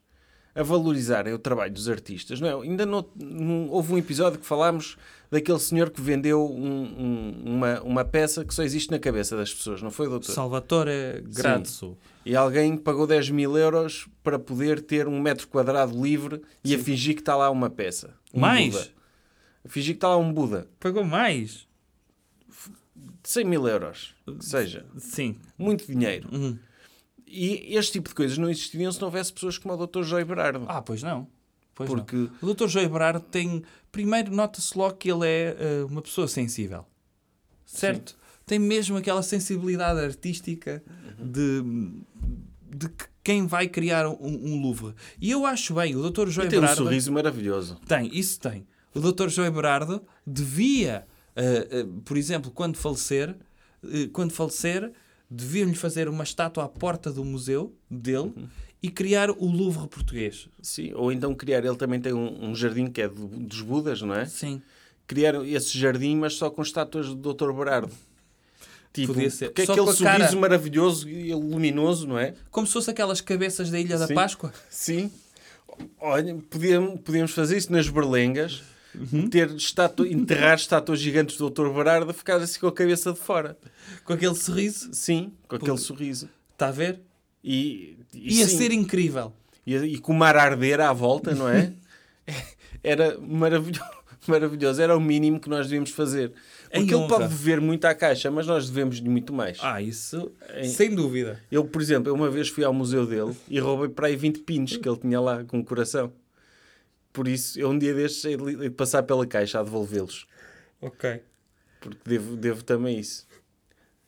B: a valorizarem o trabalho dos artistas, não é? Ainda não, não- houve um episódio que falámos daquele senhor que vendeu um- um- uma, uma peça que só existe na cabeça das pessoas, não foi, doutor?
C: Salvatore Grazzo.
B: E alguém pagou 10 mil euros para poder ter um metro quadrado livre e a fingir que está lá uma peça. Um
C: Mais?
B: Buda. A fingir que está lá um Buda.
C: Pagou mais.
B: De 100 mil euros. Que seja.
C: Sim.
B: Muito dinheiro.
C: Uhum.
B: E este tipo de coisas não existiriam se não houvesse pessoas como o Dr. Joy Berardo.
C: Ah, pois não. Pois
B: Porque-
C: não. O Dr. João Ebrard tem. Primeiro, nota-se logo que ele é eh, uma pessoa sensível. Certo? Tem mesmo aquela sensibilidade artística de,
B: Uhum.
C: de que quem vai criar um, um Louvre. E eu acho bem, o Dr. João
B: e tem um
C: Ebrard.
B: sorriso maravilhoso.
C: Tem, isso tem. O Dr. João Berardo devia, ah, ah, por exemplo, quando falecer, eh, quando falecer, deviam-lhe fazer uma estátua à porta do museu dele
B: Uhum.
C: e criar o Louvre português.
B: Sim. Ou então criar, ele também tem um, um jardim que é do- dos Budas, não é?
C: Sim.
B: Criar esse jardim, mas só com estátuas do Dr. Berardo. Tipo,
C: Podia ser.
B: porque é
C: Só
B: aquele
C: com a
B: sorriso
C: cara.
B: maravilhoso e luminoso, não é?
C: Como se fosse aquelas cabeças da Ilha da
B: Sim.
C: Páscoa.
B: Sim. Olha, podíamos, podíamos fazer isso nas berlengas.
C: Uhum.
B: Ter estátua, enterrar estátuas gigantes do Dr. Bararda, ficar assim com a cabeça de fora.
C: Com aquele sorriso.
B: Sim, com aquele sorriso.
C: Está a ver?
B: E, e
C: Ia
B: sim,
C: ser incrível.
B: e, e com o mar a arder à volta, não é? Era maravilhoso, maravilhoso. Era o mínimo que nós devíamos fazer.
C: Em
B: Porque ele
C: honra.
B: pode dever muito à caixa, mas nós devemos-lhe muito mais.
C: Ah, isso sem dúvida.
B: Eu, por exemplo, eu uma vez fui ao museu dele e roubei para aí 20 pinos que ele tinha lá com o coração. Por isso, eu um dia destes hei de li- hei de passar pela caixa a devolvê-los.
C: Ok.
B: Porque devo, devo também isso.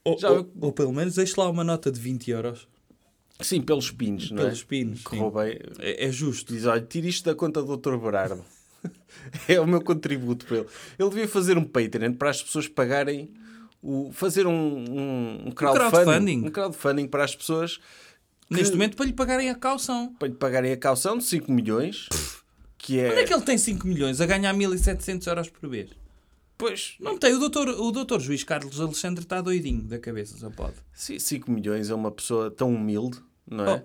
C: Ou,
B: Já-
C: ou- ou pelo menos deixe lá uma nota de 20 euros
B: Sim, pelos pinos, não
C: pelos
B: é?
C: pinos.
B: Que
C: sim.
B: roubei.
C: É, é justo.
B: Diz, olha, tira isto da conta do Dr. Berardo. é o meu contributo para ele. Ele devia fazer um Patreon para as pessoas pagarem... O, fazer um, um, um crowdfunding,
C: crowdfunding.
B: Um crowdfunding para as pessoas
C: Neste momento para lhe pagarem a calção.
B: para lhe pagarem a calção de 5 milhões. Que
C: Onde é que ele tem 5 milhões a ganhar 1700 euros por mês?
B: Pois,
C: Não tem. O doutor, o doutor juiz Carlos Alexandre está doidinho da cabeça, só pode.
B: 5 milhões é uma pessoa tão humilde, não é?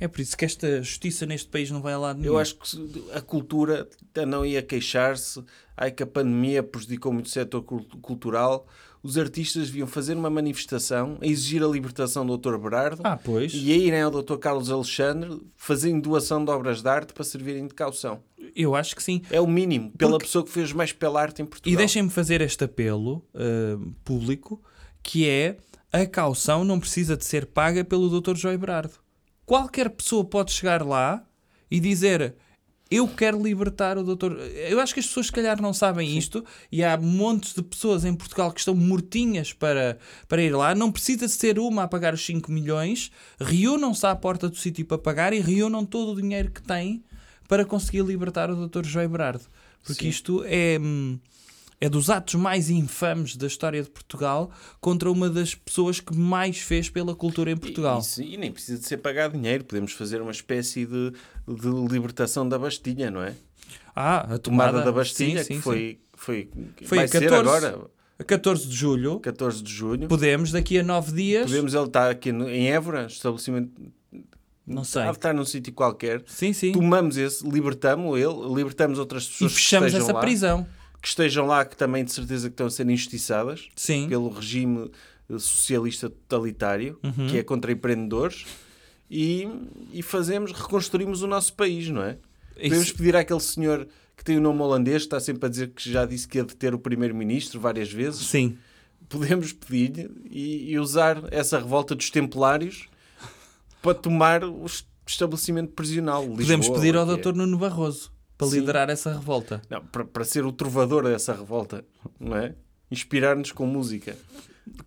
C: É por isso que esta justiça neste país não vai a lado nenhum.
B: Eu acho que se- a cultura t- não ia queixar-se. Ai que a pandemia prejudicou muito o setor cul- cultural. Os artistas deviam fazer uma manifestação a exigir a libertação do Dr. Berardo
C: Ah, pois.
B: e a irem ao Dr. Carlos Alexandre fazerem doação de obras de arte para servirem de calção.
C: Eu acho que sim.
B: É o mínimo, pela pessoa que fez mais pela arte em Portugal.
C: E deixem-me fazer este apelo ah, público, que é a caução não precisa de ser paga pelo Dr. Joy Berardo. Qualquer pessoa pode chegar lá e dizer eu quero libertar o doutor. Eu acho que as pessoas se calhar não sabem isto e há montes de pessoas em Portugal que estão mortinhas para, para ir lá. Não precisa de ser uma a pagar os 5 milhões. Reúnam-se à porta do sítio para pagar e reúnam todo o dinheiro que têm para conseguir libertar o doutor Joy Berardo. Porque isto é... hum, é dos atos mais infames da história de Portugal contra uma das pessoas que mais fez pela cultura em Portugal.
B: E, isso- e nem precisa de ser pagar dinheiro, podemos fazer uma espécie de, de libertação da Bastilha, não é?
C: Ah, a
B: tomada,
C: tomada
B: da Bastilha,
C: sim, sim,
B: que foi, foi,
C: Foi
B: vai
C: a
B: ser
C: 14.
B: agora,
C: sim. 14 de julho.
B: 14 de julho.
C: Podemos, daqui a 9 dias.
B: Podemos, ele está aqui no- em Évora, estabelecimento,
C: Não sei.
B: há de estar num sítio qualquer.
C: Sim, sim.
B: Tomamos esse, libertamos ele, libertamos outras
C: E
B: pessoas que
C: fechamos
B: estejam
C: essa
B: lá,
C: prisão.
B: que estejam lá, que também de certeza que estão a ser injustiçadas
C: Sim.
B: pelo regime eh, socialista totalitário,
C: Uhum.
B: que é contra empreendedores, e, e fazemos, reconstruímos o nosso país, não é? Podemos
C: Isso.
B: pedir àquele senhor que tem o nome holandês, que está sempre a dizer que já disse que ia deter o primeiro-ministro várias vezes.
C: Sim.
B: Podemos pedir-lhe e, e usar essa revolta dos templários para tomar o es- estabelecimento prisional.
C: Podemos
B: Lisboa,
C: pedir
B: ou
C: ao
B: o que é.
C: Dr. Nuno Barroso para
B: Sim.
C: liderar essa revolta.
B: Não, para, para ser o trovador dessa revolta, não é? Inspirar-nos com música.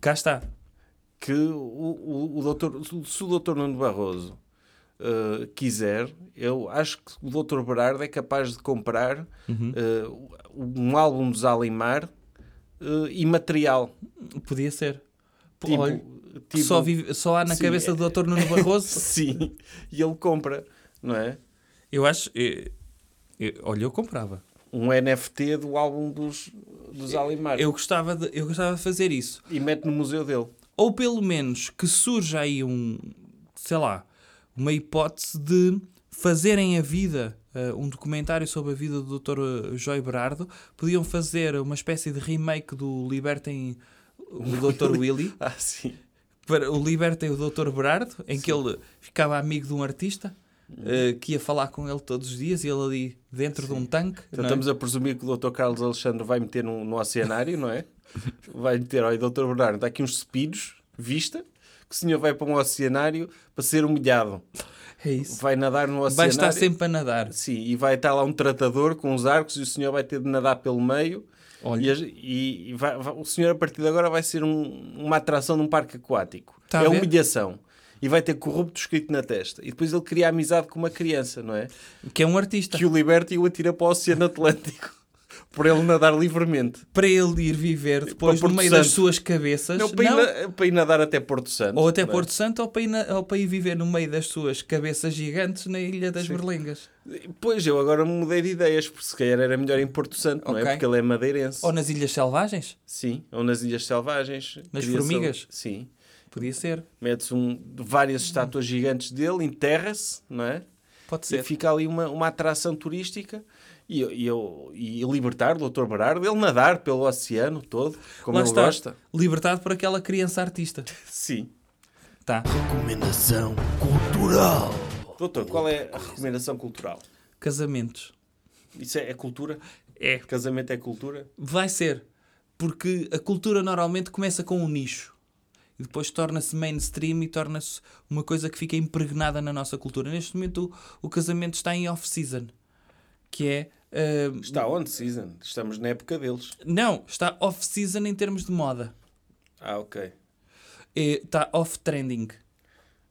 C: Cá está.
B: que o, o, o doutor, se o doutor Nuno Barroso eh, quiser, eu acho que o doutor Berardo é capaz de comprar
C: Uhum.
B: eh, um álbum dos Alimar eh, e material.
C: Podia ser. P-
B: Tipo,
C: olha, que
B: tipo-
C: só, vive- só há na
B: Sim,
C: cabeça
B: é-
C: do Dr. Nuno Barroso.
B: Sim, e ele compra, não é?
C: eu acho. eh, eh, olha, eu comprava.
B: Um NFT do álbum dos, dos Alimar
C: Eu gostava, de, eu gostava de fazer isso.
B: e mete no museu dele.
C: ou pelo menos que surja aí um, sei lá, uma hipótese de fazerem a vida, eh, um documentário sobre a vida do Dr. Joy Berardo, podiam fazer uma espécie de remake do Libertem o Dr. Willy,
B: Ah, sim.
C: para o Libertem o Dr. Berardo, em que ele ficava amigo de um artista eh, que ia falar com ele todos os dias e ele ali dentro de um tanque.
B: Então,
C: não é?
B: estamos a presumir que o Dr. Carlos Alexandre vai meter no, no oceanário, não é? Vai meter, olha, Dr. Bernardo, está aqui uns cepidos, vista, que o senhor vai para um oceanário para ser humilhado.
C: É isso.
B: Vai nadar no oceanário.
C: Vai estar sempre a nadar.
B: Sim, e vai estar lá um tratador com os arcos e o senhor vai ter de nadar pelo meio. E,
C: Olha,
B: as- e- e vai- vai- o senhor, a partir de agora, vai ser um- uma atração de um parque aquático.
C: Tá a
B: é
C: ver?
B: humilhação. E vai ter corrupto escrito na testa. E depois ele cria amizade com uma criança, não é?
C: que é um artista.
B: que o liberta e o atira para o Oceano Atlântico. por ele nadar livremente.
C: para ele ir viver depois
B: Para
C: no
B: Porto
C: meio das
B: Santo.
C: suas cabeças.
B: Não, para,
C: Não.
B: Ir, na- para ir nadar até Porto Santo.
C: Ou até
B: não é?
C: Porto Santo, ou para, ir na- ou para ir viver no meio das suas cabeças gigantes na Ilha das Berlengas.
B: Pois, eu agora mudei de ideias, porque se calhar era melhor em Porto Santo, não
C: Ok.
B: é? Porque ele é madeirense.
C: Ou nas Ilhas Selvagens?
B: Sim, ou nas Ilhas Selvagens.
C: Nas
B: Criação-
C: formigas?
B: Sim.
C: Podia ser.
B: Mete-se um, várias estátuas gigantes dele, enterra-se, não é?
C: Pode
B: E
C: ser.
B: fica ali uma, uma atração turística. E, eu- e, eu, e libertar o Dr. Berardo, ele nadar pelo oceano todo, como
C: Lá
B: ele
C: está.
B: gosta.
C: Libertado por aquela criança artista.
B: Sim.
C: Tá.
A: Recomendação cultural.
B: Doutor, qual é a recomendação cultural?
C: Casamentos.
B: Isso é, é cultura?
C: É.
B: Casamento é cultura?
C: Vai ser. Porque a cultura normalmente começa com um nicho. E depois torna-se mainstream e torna-se uma coisa que fica impregnada na nossa cultura. Neste momento o, o casamento está em off-season. Que é... ah,
B: Está on season. Estamos na época deles.
C: Não, está off-season em termos de moda.
B: Ah, ok.
C: É, Está off-trending.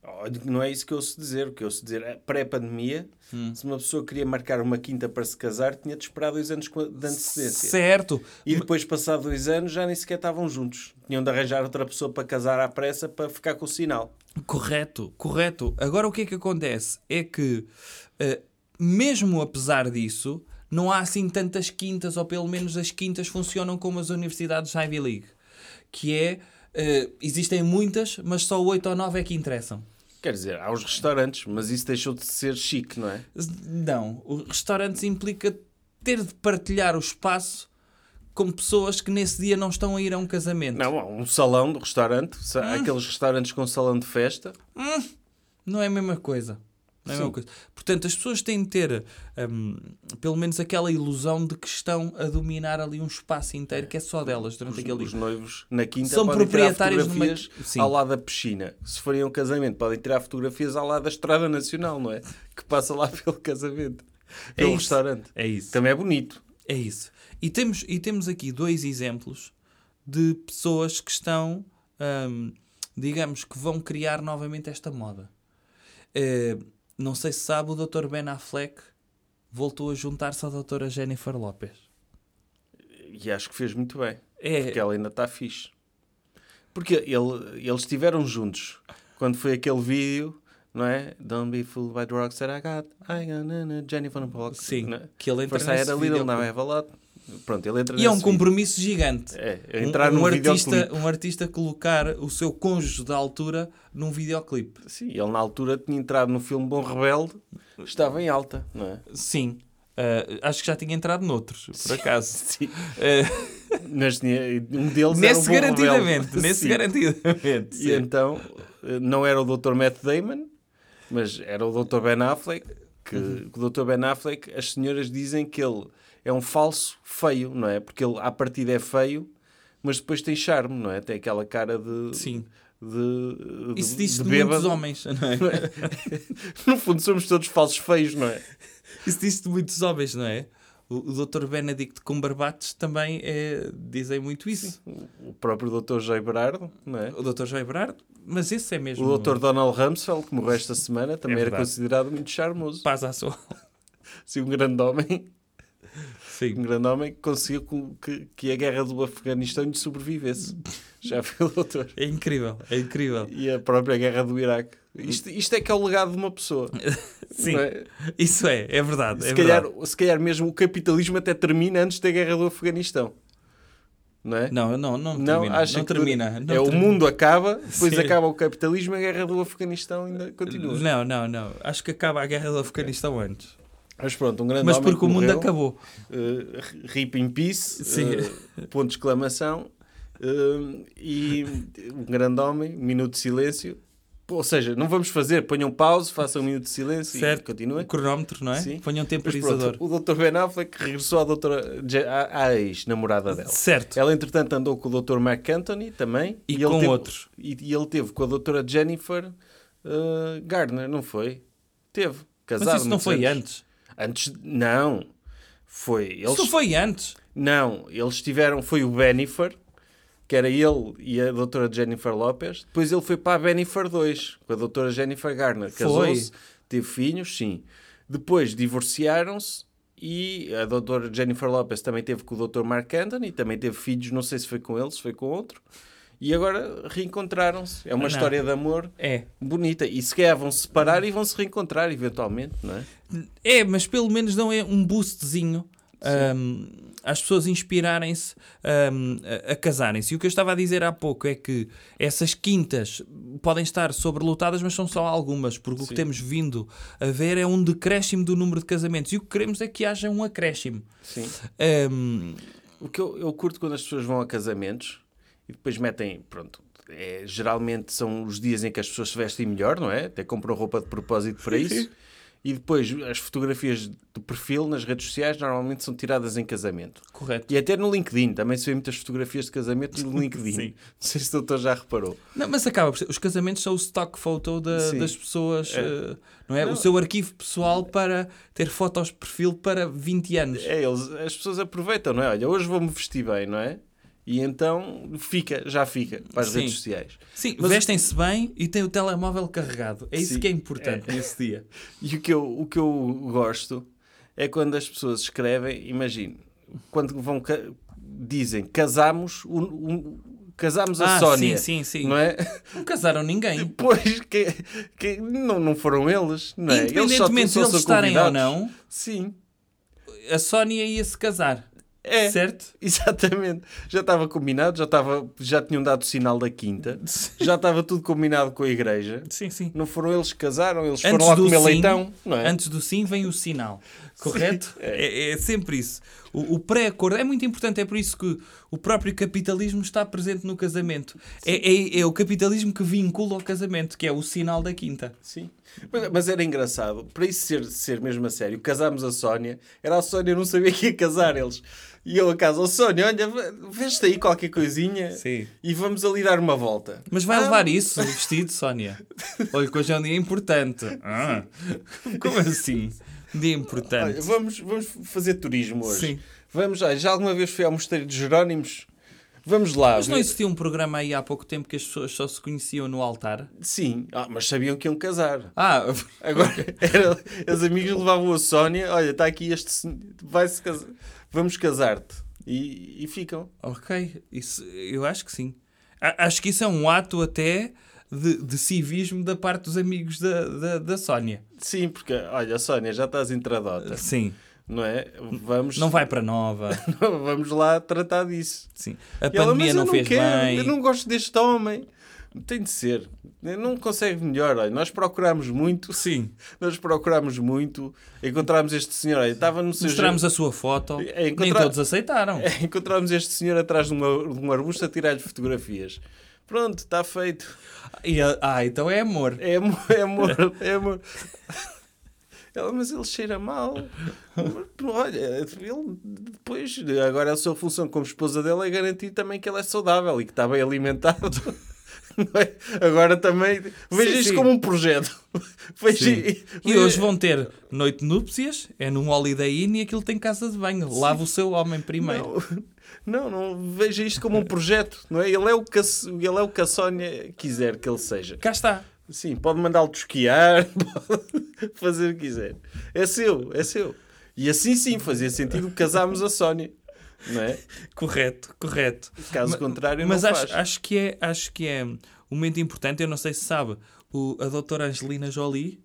B: Olha, Não é isso que eu se dizer. O que eu se dizer é pré-pandemia, se uma pessoa queria marcar uma quinta para se casar, tinha de esperar dois anos com a- de antecedência.
C: Certo.
B: E depois, passado dois anos, já nem sequer estavam juntos. Tinham de arranjar outra pessoa para casar à pressa para ficar com o sinal.
C: Correto, correto. Agora o que é que acontece? É que, eh, mesmo apesar disso, não há assim tantas quintas, ou pelo menos as quintas funcionam como as universidades Ivy League. Que é, eh, existem muitas, mas só oito ou nove é que interessam.
B: Quer dizer, há os restaurantes, mas isso deixou de ser chique, não é?
C: Não, o restaurante implica ter de partilhar o espaço com pessoas que nesse dia não estão a ir a um casamento.
B: Não, há um salão do restaurante, sa- há aqueles restaurantes com salão de festa.
C: Não é a mesma coisa. Não é a mesma
B: Sim.
C: coisa. Portanto, as pessoas têm de ter hum, pelo menos aquela ilusão de que estão a dominar ali um espaço inteiro que é só delas durante
B: Os,
C: aquele
B: os
C: dia.
B: noivos na quinta
C: São
B: podem tirar
C: proprietários de uma-
B: fotografias
C: Sim.
B: ao lado da piscina. Se forem ao casamento, podem tirar fotografias ao lado da Estrada Nacional, não é? Que passa lá pelo casamento, pelo
C: isso.
B: restaurante.
C: É isso.
B: Também é bonito.
C: É isso. E temos, e temos aqui dois exemplos de pessoas que estão, hum, digamos, que vão criar novamente esta moda. Eh, não sei se sabe, o Dr. Ben Affleck voltou a juntar-se à Dra. Jennifer Lopez.
B: E acho que fez muito bem.
C: É,
B: Porque ela ainda está fixe. Porque ele- eles estiveram juntos quando foi aquele vídeo, não é? Don't be fooled by the rocks that I got. I got na- na- Jennifer Lopez.
C: Sim,
B: não é?
C: que ele entra
B: First I had
C: nesse
B: a little, now
C: videoclipe.
B: I have a lot. Pronto, ele entra
C: E é um
B: nesse vídeo.
C: compromisso gigante.
B: É, entrar num
C: artista,
B: videoclipe.
C: um artista colocar o seu cônjuge da altura num videoclipe.
B: Sim, ele na altura tinha entrado no filme Bom Rebelde, estava em alta, não é?
C: Sim. Ah, acho que já tinha entrado noutros, por acaso.
B: Sim.
C: Ah,
B: Mas tinha- um deles era um
C: nesse
B: bom
C: garantidamente.
B: rebelde.
C: Nesse
B: Sim.
C: garantidamente.
B: E
C: sim.
B: então, eh, não era o Dr. Matt Damon, mas era o Dr. Ben Affleck, que
C: Uhum.
B: que o Dr. Ben Affleck, as senhoras dizem que ele é um falso feio, não é? Porque ele, à partida, é feio, mas depois tem charme, não é? Tem aquela cara de...
C: Sim.
B: De, de,
C: Isso diz-se
B: de
C: de,
B: bêbado.
C: muitos homens. Não é?
B: No fundo, somos todos falsos feios, não é?
C: Isso diz-se de muitos homens, não é? O, o Dr. Benedict Cumberbatch também é, dizem muito isso.
B: O próprio Dr. Jay Berardo, não é?
C: O Dr. Joy Berardo, mas esse é mesmo.
B: O Dr. Donald Rumsfeld, que morreu esta semana, também era
C: É verdade.
B: considerado muito charmoso.
C: Paz à sua.
B: Sim, um grande homem, um
C: Sim.
B: grande homem que conseguiu com- que, que a guerra do Afeganistão lhe sobrevivesse. Já viu, doutor?
C: É incrível, é incrível.
B: E a própria guerra do Iraque. Isto, isto é que é o legado de uma pessoa.
C: Sim.
B: não é?
C: Isso é, é verdade.
B: se,
C: é
B: calhar,
C: verdade.
B: se calhar mesmo o capitalismo até termina antes da guerra do Afeganistão. Não é?
C: Não, não, não,
B: Não,
C: termina.
B: acha
C: não
B: que
C: termina.
B: dura-
C: não
B: é o
C: termina.
B: mundo acaba, depois
C: Sim.
B: acaba o capitalismo e a guerra do Afeganistão ainda continua.
C: Não, não, não. Acho que acaba a guerra do Afeganistão antes.
B: Mas pronto, um grande
C: Mas
B: homem
C: porque
B: que
C: o mundo
B: morreu.
C: acabou.
B: Uh, Rip in Peace,
C: Sim.
B: uh, ponto de exclamação, uh, e um grande homem, minuto de silêncio. Pô, Ou seja, não vamos fazer, ponham pause, façam um minuto de silêncio
C: Certo.
B: e continuem.
C: O cronómetro, não é?
B: Sim.
C: Ponha um
B: Mas pronto,
C: temporizador.
B: o Dr. Ben Affleck regressou à, doutora, Je- à, à ex-namorada dela.
C: Certo.
B: Ela, entretanto, andou com o Dr. Mark Anthony também.
C: E
B: ele
C: com
B: teve,
C: outros.
B: E, e ele teve com a doutora Jennifer uh, Gardner, não foi? Teve. Casado
C: Mas isso não
B: muitos
C: foi
B: anos.
C: antes.
B: Antes, não. Foi. Eles
C: Isso não foi antes.
B: não, eles tiveram, foi o Benifer, que era ele e a doutora Jennifer Lopez. Depois ele foi para a Benifer 2, com a doutora Jennifer Garner.
C: Foi.
B: Casou-se, teve filhos, sim. Depois divorciaram-se E a doutora Jennifer Lopez também teve com o Dr. Mark Anthony, também teve filhos, não sei se foi com ele, se foi com outro. E agora reencontraram-se. É uma
C: Não.
B: história de amor
C: É.
B: bonita. E se calhar vão se separar e vão se reencontrar eventualmente, não é?
C: É, mas pelo menos dão é um boostzinho hum, às pessoas inspirarem-se hum, a, a casarem-se. E o que eu estava a dizer há pouco é que essas quintas podem estar sobrelotadas, mas são só algumas, porque o que
B: Sim.
C: temos vindo a ver é um decréscimo do número de casamentos. E o que queremos é que haja um acréscimo.
B: Sim.
C: Hum,
B: O que eu, eu curto quando as pessoas vão a casamentos e depois metem, pronto, é, geralmente são os dias em que as pessoas se vestem melhor, não é? Até compram roupa de propósito para isso. E depois as fotografias de perfil nas redes sociais normalmente são tiradas em casamento.
C: correto.
B: E até no LinkedIn, também se vê muitas fotografias de casamento no LinkedIn.
C: Sim.
B: Não sei se o doutor já reparou.
C: Não, mas acaba por ser. Os casamentos são o stock photo da-
B: Sim.
C: das pessoas,
B: É.
C: eh, não é?
B: Não.
C: O seu arquivo pessoal para ter fotos de perfil para 20 anos.
B: É, eles, as pessoas aproveitam, não é? Olha, hoje vou-me vestir bem, não é? E então fica, já fica, para as
C: Sim.
B: redes sociais.
C: Sim,
B: Mas-
C: vestem-se bem e têm o telemóvel carregado. É isso
B: Sim.
C: que é importante
B: tipo
C: nesse dia.
B: E o que, eu, o que eu gosto é quando as pessoas escrevem, imagino, quando vão ca- dizem casamos, o- o- casamos a
C: Ah,
B: Sónia,
C: sim, sim, sim. Tipo,
B: não
C: Não,
B: é?
C: casaram ninguém.
B: Pois que, que não, não foram eles, não é?
C: Independentemente de
B: só- só
C: eles
B: são
C: estarem ou
B: convidados.
C: não,
B: Sim,
C: a Sónia ia-se casar,
B: é.
C: certo?
B: Exatamente, já estava combinado, já, estava, já tinham dado o sinal da quinta, já estava tudo combinado com a igreja.
C: Sim, sim.
B: Não foram eles que casaram, eles
C: Antes
B: foram lá
C: do
B: comer
C: sim,
B: leitão, não é?
C: Antes do sim vem o sinal, correto? É, é sempre isso. O, o pré-acordo é muito importante, é por isso que o próprio capitalismo está presente no casamento. É, é- é o capitalismo que vincula ao casamento, que é o sinal da quinta.
B: Sim. Mas, mas era engraçado, para isso ser, ser mesmo a sério, casámos a Sónia, era a Sónia não sabia que ia casar eles. E eu a casa, oh, Sónia, olha, ve- veste aí qualquer coisinha
C: Sim.
B: e vamos ali dar uma volta.
C: Mas vai
B: Ah.
C: levar isso, o vestido, Sónia? Olha, que hoje é um dia importante. Ah, como assim? Um dia
B: Olha,
C: importante.
B: vamos, vamos fazer turismo hoje.
C: Sim.
B: Vamos, ah, já alguma vez fui ao mosteiro de Jerónimos? Vamos lá.
C: Mas não
B: ver-
C: existia um programa aí há pouco tempo que as pessoas só se conheciam no altar?
B: Sim, ah, mas sabiam que iam casar.
C: Ah,
B: Agora, era, os amigos levavam a Sónia, olha, está aqui este, sen- vai-se casar, vamos casar-te. E, e ficam.
C: ok. Isso, eu acho que sim. A- acho que isso é um ato até de, de civismo da parte dos amigos da, da, da Sónia.
B: Sim, porque, olha, Sónia, já estás entradota,
C: Sim.
B: não é? Vamos,
C: Não vai para nova.
B: vamos lá tratar disso.
C: Sim. A
B: E ela,
C: pandemia
B: mas
C: não,
B: eu não
C: fez
B: quero,
C: bem.
B: eu não gosto deste homem. Tem de ser. Não consegue melhor. Olha, nós procurámos muito,
C: Sim.
B: nós procurámos muito. Encontrámos este senhor, olha, estava no seu...
C: Mostramos a sua foto.
B: É,
C: Nem
B: encontrar- É.
C: todos aceitaram.
B: Encontramos este senhor atrás de um, de um arbusto a tirar-lhe fotografias. Pronto, está feito.
C: E a- ah, então é amor.
B: É amor, é amor, é amor. Ela, mas ele cheira mal. Olha, ele depois, agora a sua função como esposa dela é garantir também que ele é saudável e que está bem alimentado. Não é? Agora também veja
C: Sim,
B: isto
C: sim.
B: como um projeto. Veja,
C: E hoje vão ter noite de núpcias, é num Holiday Inn e aquilo tem casa de banho. Lava o seu homem primeiro.
B: Não, não, não, veja isto como um projeto, não é? Ele é o que a, ele é o que a Sónia quiser que ele seja.
C: Cá está.
B: Sim, pode mandá-lo tosquiar, pode fazer o que quiser. É seu, é seu. E assim sim fazia sentido que casámos a Sónia, não é?
C: Correto, correto.
B: Caso
C: Ma-
B: contrário,
C: Mas
B: não
C: acho,
B: faz.
C: acho que é, acho que é um momento importante. Eu não sei se sabe, o, a doutora Angelina Jolie,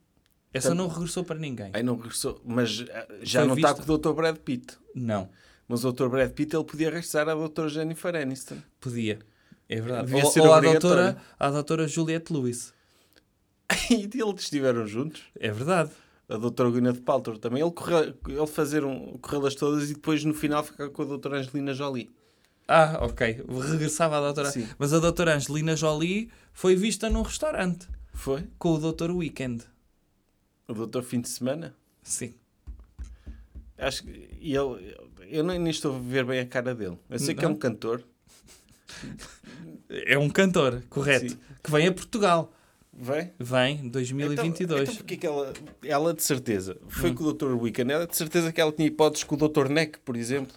C: essa
B: Então-
C: não regressou para ninguém.
B: Ai, não regressou, mas ah, já
C: Foi
B: não está
C: visto?
B: com o Dr. Brad Pitt.
C: Não,
B: Mas o Dr. Brad Pitt ele podia regressar à Dr. Jennifer Aniston.
C: podia. É verdade.
B: Devia
C: Ou,
B: ser
C: ou à,
B: obrigatório.
C: doutora, à doutora Juliette Lewis.
B: E eles estiveram juntos.
C: É verdade.
B: A Dra. Gwyneth Paltrow também. Ele, corre, ele fazer um, corrê-las todas e depois no final ficar com a Dra. Angelina Jolie.
C: Ah, ok. Regressava à doutora.
B: Sim.
C: Mas a doutora Angelina Jolie foi vista num restaurante
B: Foi?
C: com o doutor Weekend.
B: O Dr. Fim de Semana.
C: Sim.
B: Acho que e ele, eu nem nem estou a ver bem a cara dele. Eu sei que é
C: Não?
B: um cantor.
C: É um cantor, correto.
B: Sim.
C: Que vem a Portugal.
B: Vai?
C: Vem, 2022.
B: Então, então porquê que ela, ela de certeza foi
C: Hum.
B: com o Dr. Wiccan? Ela de certeza que ela tinha hipóteses com o Dr. Neck, por exemplo.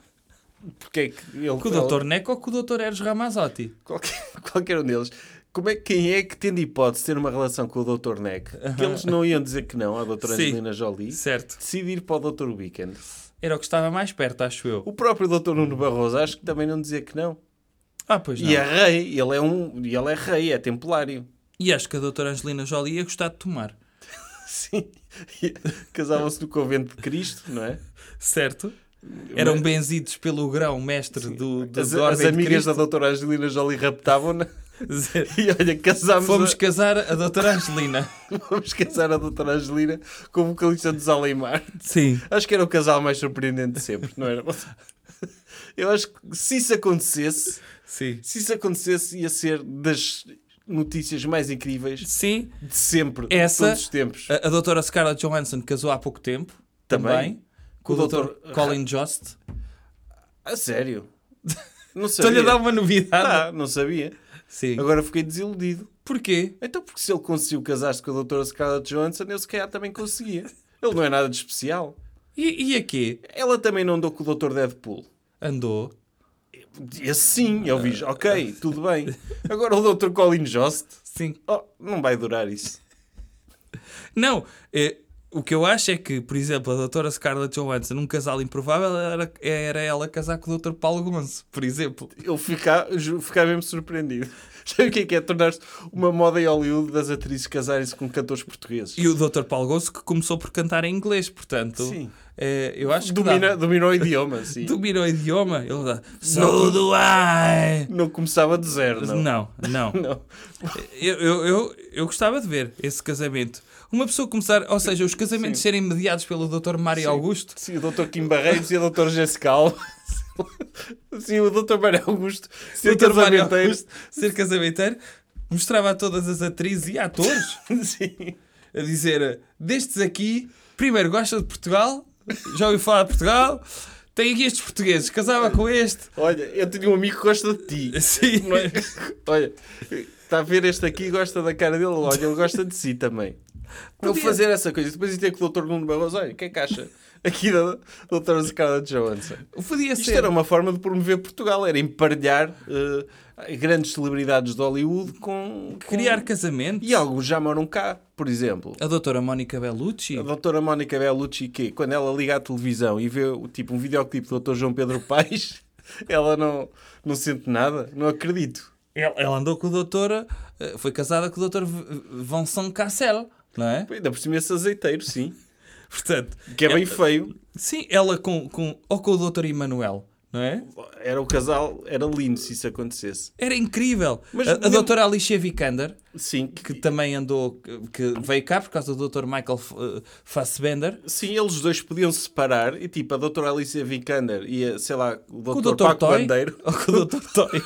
B: Porque é que ele
C: com o
B: ela-
C: Dr. Neco ou com o Dr. Eros Ramazotti?
B: qualquer, qualquer um deles. Como é, quem é que tendo hipótese de ter uma relação com o Dr. Neck? Que eles não iam dizer que não à Dra.
C: Sim.
B: Angelina Jolie.
C: Certo.
B: Decidir para o Dr. Weekend.
C: Era o que estava mais perto, acho eu.
B: O próprio Dr. Nuno Barroso acho que também não dizia que não.
C: Ah, pois não.
B: E é rei, ele é, um, e ele é rei, é templário.
C: E acho que a doutora Angelina Jolie ia gostar de tomar.
B: Sim. Casavam-se no convento de Cristo, não é?
C: Certo? Eram benzidos pelo grão mestre do, do
B: As,
C: da Ordem
B: as
C: de
B: amigas da
C: Cristo.
B: doutora Angelina Jolie raptavam-na
C: Dizer,
B: e olha, casámos
C: Fomos
B: a-
C: casar a doutora Angelina.
B: Vamos casar a doutora Angelina com o vocalista dos Alemar.
C: Sim.
B: Acho que era o casal mais surpreendente de sempre, não era? Eu acho que se isso acontecesse,
C: Sim.
B: se isso acontecesse, ia ser das notícias mais incríveis
C: Sim.
B: de sempre,
C: Essa-
B: de todos os tempos.
C: A, a doutora Scarlett Johansson casou há pouco tempo. Também.
B: Também.
C: com o
B: Com o
C: doutor
B: Dr.
C: Colin Jost.
B: A sério? Não
C: Estou-lhe
B: sabia.
C: a dar uma novidade.
B: Ah, não sabia.
C: Sim.
B: Agora fiquei desiludido.
C: Porquê?
B: Então, porque se ele conseguiu casar-se com a doutora Scarlett Johansson, eu se calhar também conseguia. Ele não é nada de especial.
C: E, e a quê?
B: Ela também não andou com o Dr. Deadpool.
C: Andou.
B: Esse sim, eu vi. Ok, tudo bem. Agora o Dr. Colin Jost,
C: Sim.
B: oh, não vai durar isso.
C: Não. eh, o que eu acho é que, por exemplo, a doutora Scarlett Johansson, num casal improvável, era, era ela casar com o doutor Paulo Gonço, por exemplo.
B: Eu ficar, ju- ficar mesmo surpreendido. Sabe o que é que é? Tornar-se uma moda em Hollywood das atrizes casarem-se com cantores portugueses.
C: E o Dr. Paulo Gonço que começou por cantar em inglês, portanto,
B: Sim.
C: eh, eu acho que
B: Domina,
C: dava.
B: dominou o idioma, sim.
C: Domina o idioma. Ele dá, so do I.
B: Não começava do zero, não.
C: Não, não.
B: Não.
C: Eu, eu, eu, eu gostava de ver esse casamento. Uma pessoa começar, ou seja, os casamentos serem mediados pelo Dr. Mário Augusto.
B: Sim, o Dr. Kim Barreiros e a Dr. Jessica Alba. Sim, o Dr. Mário Augusto. Sim, o
C: Dr. Mário
B: casamento é este.
C: Augusto ser casamenteiro. Mostrava a todas as atrizes e atores
B: Sim.
C: a dizer: destes aqui, primeiro gosta de Portugal, já ouviu falar de Portugal, tem aqui estes portugueses, casava com este. Assim,
B: Olha, eu tenho um amigo que gosta de ti.
C: Sim.
B: Não é? Olha, está a ver este aqui, gosta da cara dele, olha, ele gosta de si também. Vou
C: Podia.
B: fazer essa coisa, depois ia ter com o Dr. Nuno Barroso, olha, o que é que acha? Aqui da doutora Scarlett Johansson.
C: Podia
B: Isto
C: ser.
B: era um uma forma de promover Portugal, era emparelhar eh, grandes celebridades de Hollywood com, com-
C: Criar casamento.
B: E alguns já moram cá, por exemplo.
C: A doutora Mónica Bellucci.
B: A doutora Mónica Bellucci, que quando ela liga à televisão e vê tipo, um videoclipe do Dr. João Pedro Paes, ela não, não sente nada, não acredito.
C: Ela, ela andou com o doutor, eh, foi casada com o doutor V- Vincent Cassel, não é?
B: Ainda por cima esse azeiteiro, sim.
C: Portanto,
B: Que é bem feio.
C: sim, ela com, com, ou com o doutor Emanuel, não é?
B: Era o casal, era lindo se isso acontecesse.
C: Era incrível.
B: Mas
C: a, a
B: mesmo-
C: doutora Alicia Vikander,
B: Sim,
C: que
B: que,
C: também andou, que- que veio cá por causa do doutor Michael F- eh, Fassbender,
B: sim, eles dois podiam se separar e tipo a doutora Alicia Vikander e a, sei lá, o
C: com o
B: doutor
C: doutor
B: Paco
C: Toy,
B: Bandeiro.
C: ou com o doutor Toy.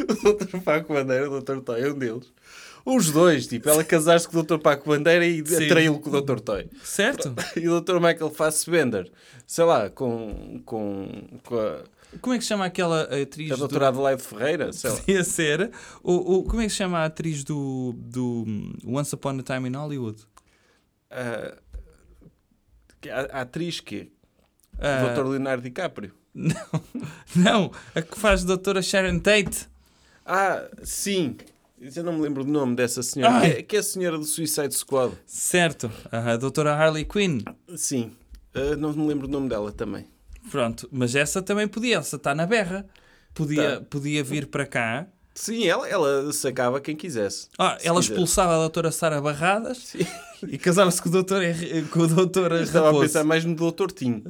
B: O doutor Paco Bandeira, o doutor Toy, é um deles. Os dois, tipo, ela casar-se com o doutor Paco Bandeira e
C: Sim.
B: atraí-lo com o doutor Toy.
C: Certo?
B: E o doutor Michael Fassbender, sei lá, com, com, com a,
C: Como é que se chama aquela atriz
B: a
C: do-
B: doutora Adelaide Ferreira, sei lá.
C: Ia ser. O, o- como é que se chama a atriz do, do hum, Once Upon a Time in Hollywood?
B: A, a- a atriz que
C: Ah,
B: O Dr. Leonardo DiCaprio.
C: Não, não, a que faz a doutora Sharon Tate.
B: Ah, sim. Eu não me lembro do nome dessa senhora.
C: Ai.
B: Que é, que é a senhora do Suicide Squad.
C: Certo, a doutora Harley Quinn.
B: Sim. Ah, não me lembro do nome dela também.
C: Pronto, mas essa também podia, essa está na berra. Podia,
B: Tá.
C: podia vir para cá.
B: Sim, ela, ela sacava quem quisesse.
C: Ah,
B: Se
C: ela
B: quiser.
C: expulsava a doutora Sara Barradas e casava-se com o doutor, Henri- com o doutor
B: Eu Estava a
C: Raposo.
B: pensar mais no Dr. Tim.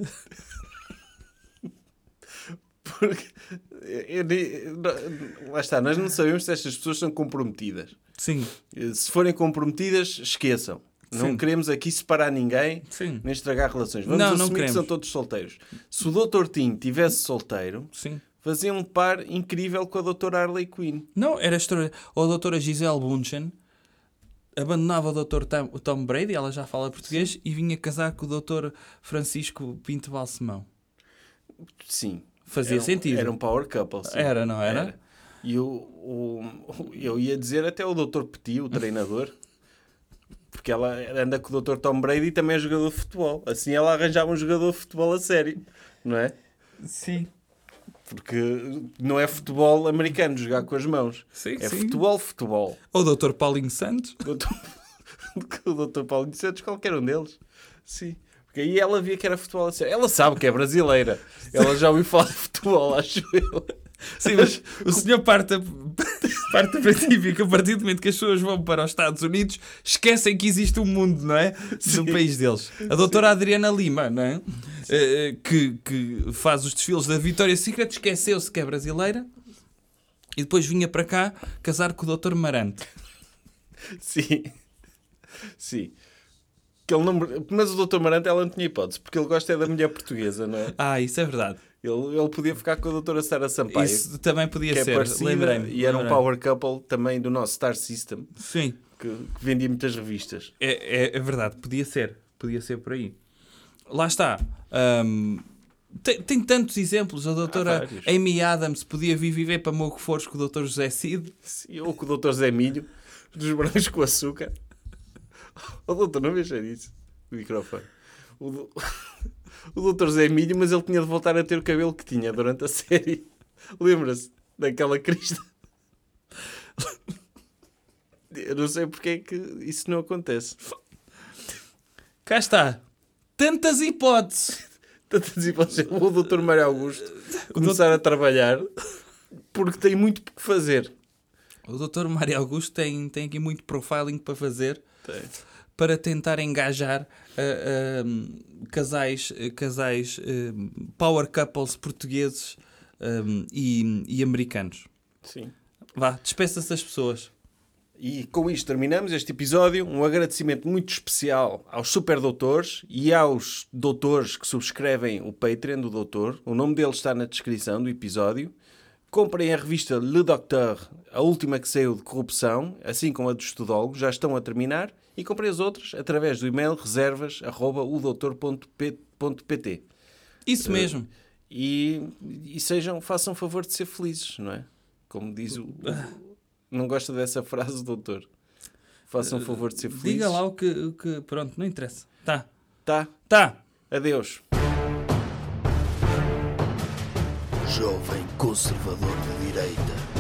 B: Porque. eu nem- não- lá está, nós não sabemos se estas pessoas são comprometidas.
C: Sim,
B: Eh, Se forem comprometidas, esqueçam. Não
C: Sim.
B: queremos aqui separar ninguém.
C: sim,
B: nem estragar relações. Vamos
C: Não, não
B: assumir
C: queremos.
B: que são todos solteiros. Se o Dr. Tim tivesse solteiro,
C: sim.
B: fazia um par incrível com a Dra. Harley Quinn.
C: Não, era extraordinário. Ou a doutora Gisele Bunchen abandonava o doutor Tom, o Tom Brady, ela já fala português, e vinha casar com o doutor Francisco Pinto Balsemão.
B: Sim.
C: Fazia
B: Era um-
C: sentido. É,
B: Era um power couple. sim.
C: Era, não era?
B: E o, o- eu ia dizer até o Dr. Petit, o treinador, porque ela anda com o Dr. Tom Brady e também é jogador de futebol. Assim ela arranjava um jogador de futebol a sério, não é?
C: Sim.
B: Porque não é futebol americano jogar com as mãos.
C: Sim,
B: é
C: sim.
B: futebol, futebol.
C: Ou o doutor Paulinho Santos.
B: Doutor- o Dr. Paulo de Santos, qualquer um deles. Sim. Porque Porque aí ela via que era futebol a sério. Ela sabe que é brasileira. Ela já ouviu falar de futebol, acho eu.
C: Sim, mas o senhor parte a, parte a princípio que a partir do momento que as pessoas vão para os Estados Unidos, esquecem que existe um mundo, não é? Do país deles. A doutora Adriana Lima, não é? Eh, que, que faz os desfiles da Vitória Secret, esqueceu-se que é brasileira e depois vinha para cá casar com o Dr. Marante.
B: Sim. Sim. Que ele não... Mas o Dr. Marante ela não tinha hipótese, porque ele gosta é da mulher portuguesa, não é?
C: Ah, isso é verdade.
B: Ele, ele podia ficar com a doutora Sara Sampaio,
C: isso também podia
B: que é
C: ser.
B: parecida,
C: Lembrei-me.
B: e era um
C: lembrei-me.
B: power couple também do nosso Star System,
C: Sim.
B: que, que vendia muitas revistas.
C: É, é- é verdade, podia ser. Podia ser por aí. Lá está. Ahm, tem, tem tantos exemplos. A doutora
B: vários.
C: Amy Adams podia vir viver para Mogo Fores com o doutor José Cid.
B: Sim, ou com o doutor Zé Milho, dos brancos com açúcar. O doutor, não veja isso. O microfone. O, do- o doutor Zé Milho, mas ele tinha de voltar a ter o cabelo que tinha durante a série. Lembra-se daquela crista? Eu não sei porque é que isso não acontece.
C: Cá está. Tantas hipóteses.
B: Tantas hipóteses. assim, O doutor Mário Augusto começar a trabalhar porque tem muito o que fazer.
C: O doutor Mário Augusto tem, tem aqui muito profiling para fazer para tentar engajar ah, ah, casais, ah, casais ah, power couples portugueses ah, e, e americanos.
B: Sim.
C: Vá, despeça-se das pessoas.
B: E com isto terminamos este episódio. Um agradecimento muito especial aos super doutores e aos doutores que subscrevem o Patreon do doutor. O nome deles está na descrição do episódio. Comprem a revista Le Docteur, a última que saiu de corrupção, assim como a do estudólogo, já estão a terminar. E comprem as outras através do e-mail reservas.udoutor.pt
C: Isso mesmo.
B: e, e sejam, façam favor de ser felizes, não é? Como diz o. o- não gosta dessa frase, doutor. Façam favor de ser felizes.
C: Eh, Diga lá o que, o que- Pronto, não interessa. Tá.
B: Tá.
C: Tá.
B: Adeus.
A: Jovem Conservador de Direita.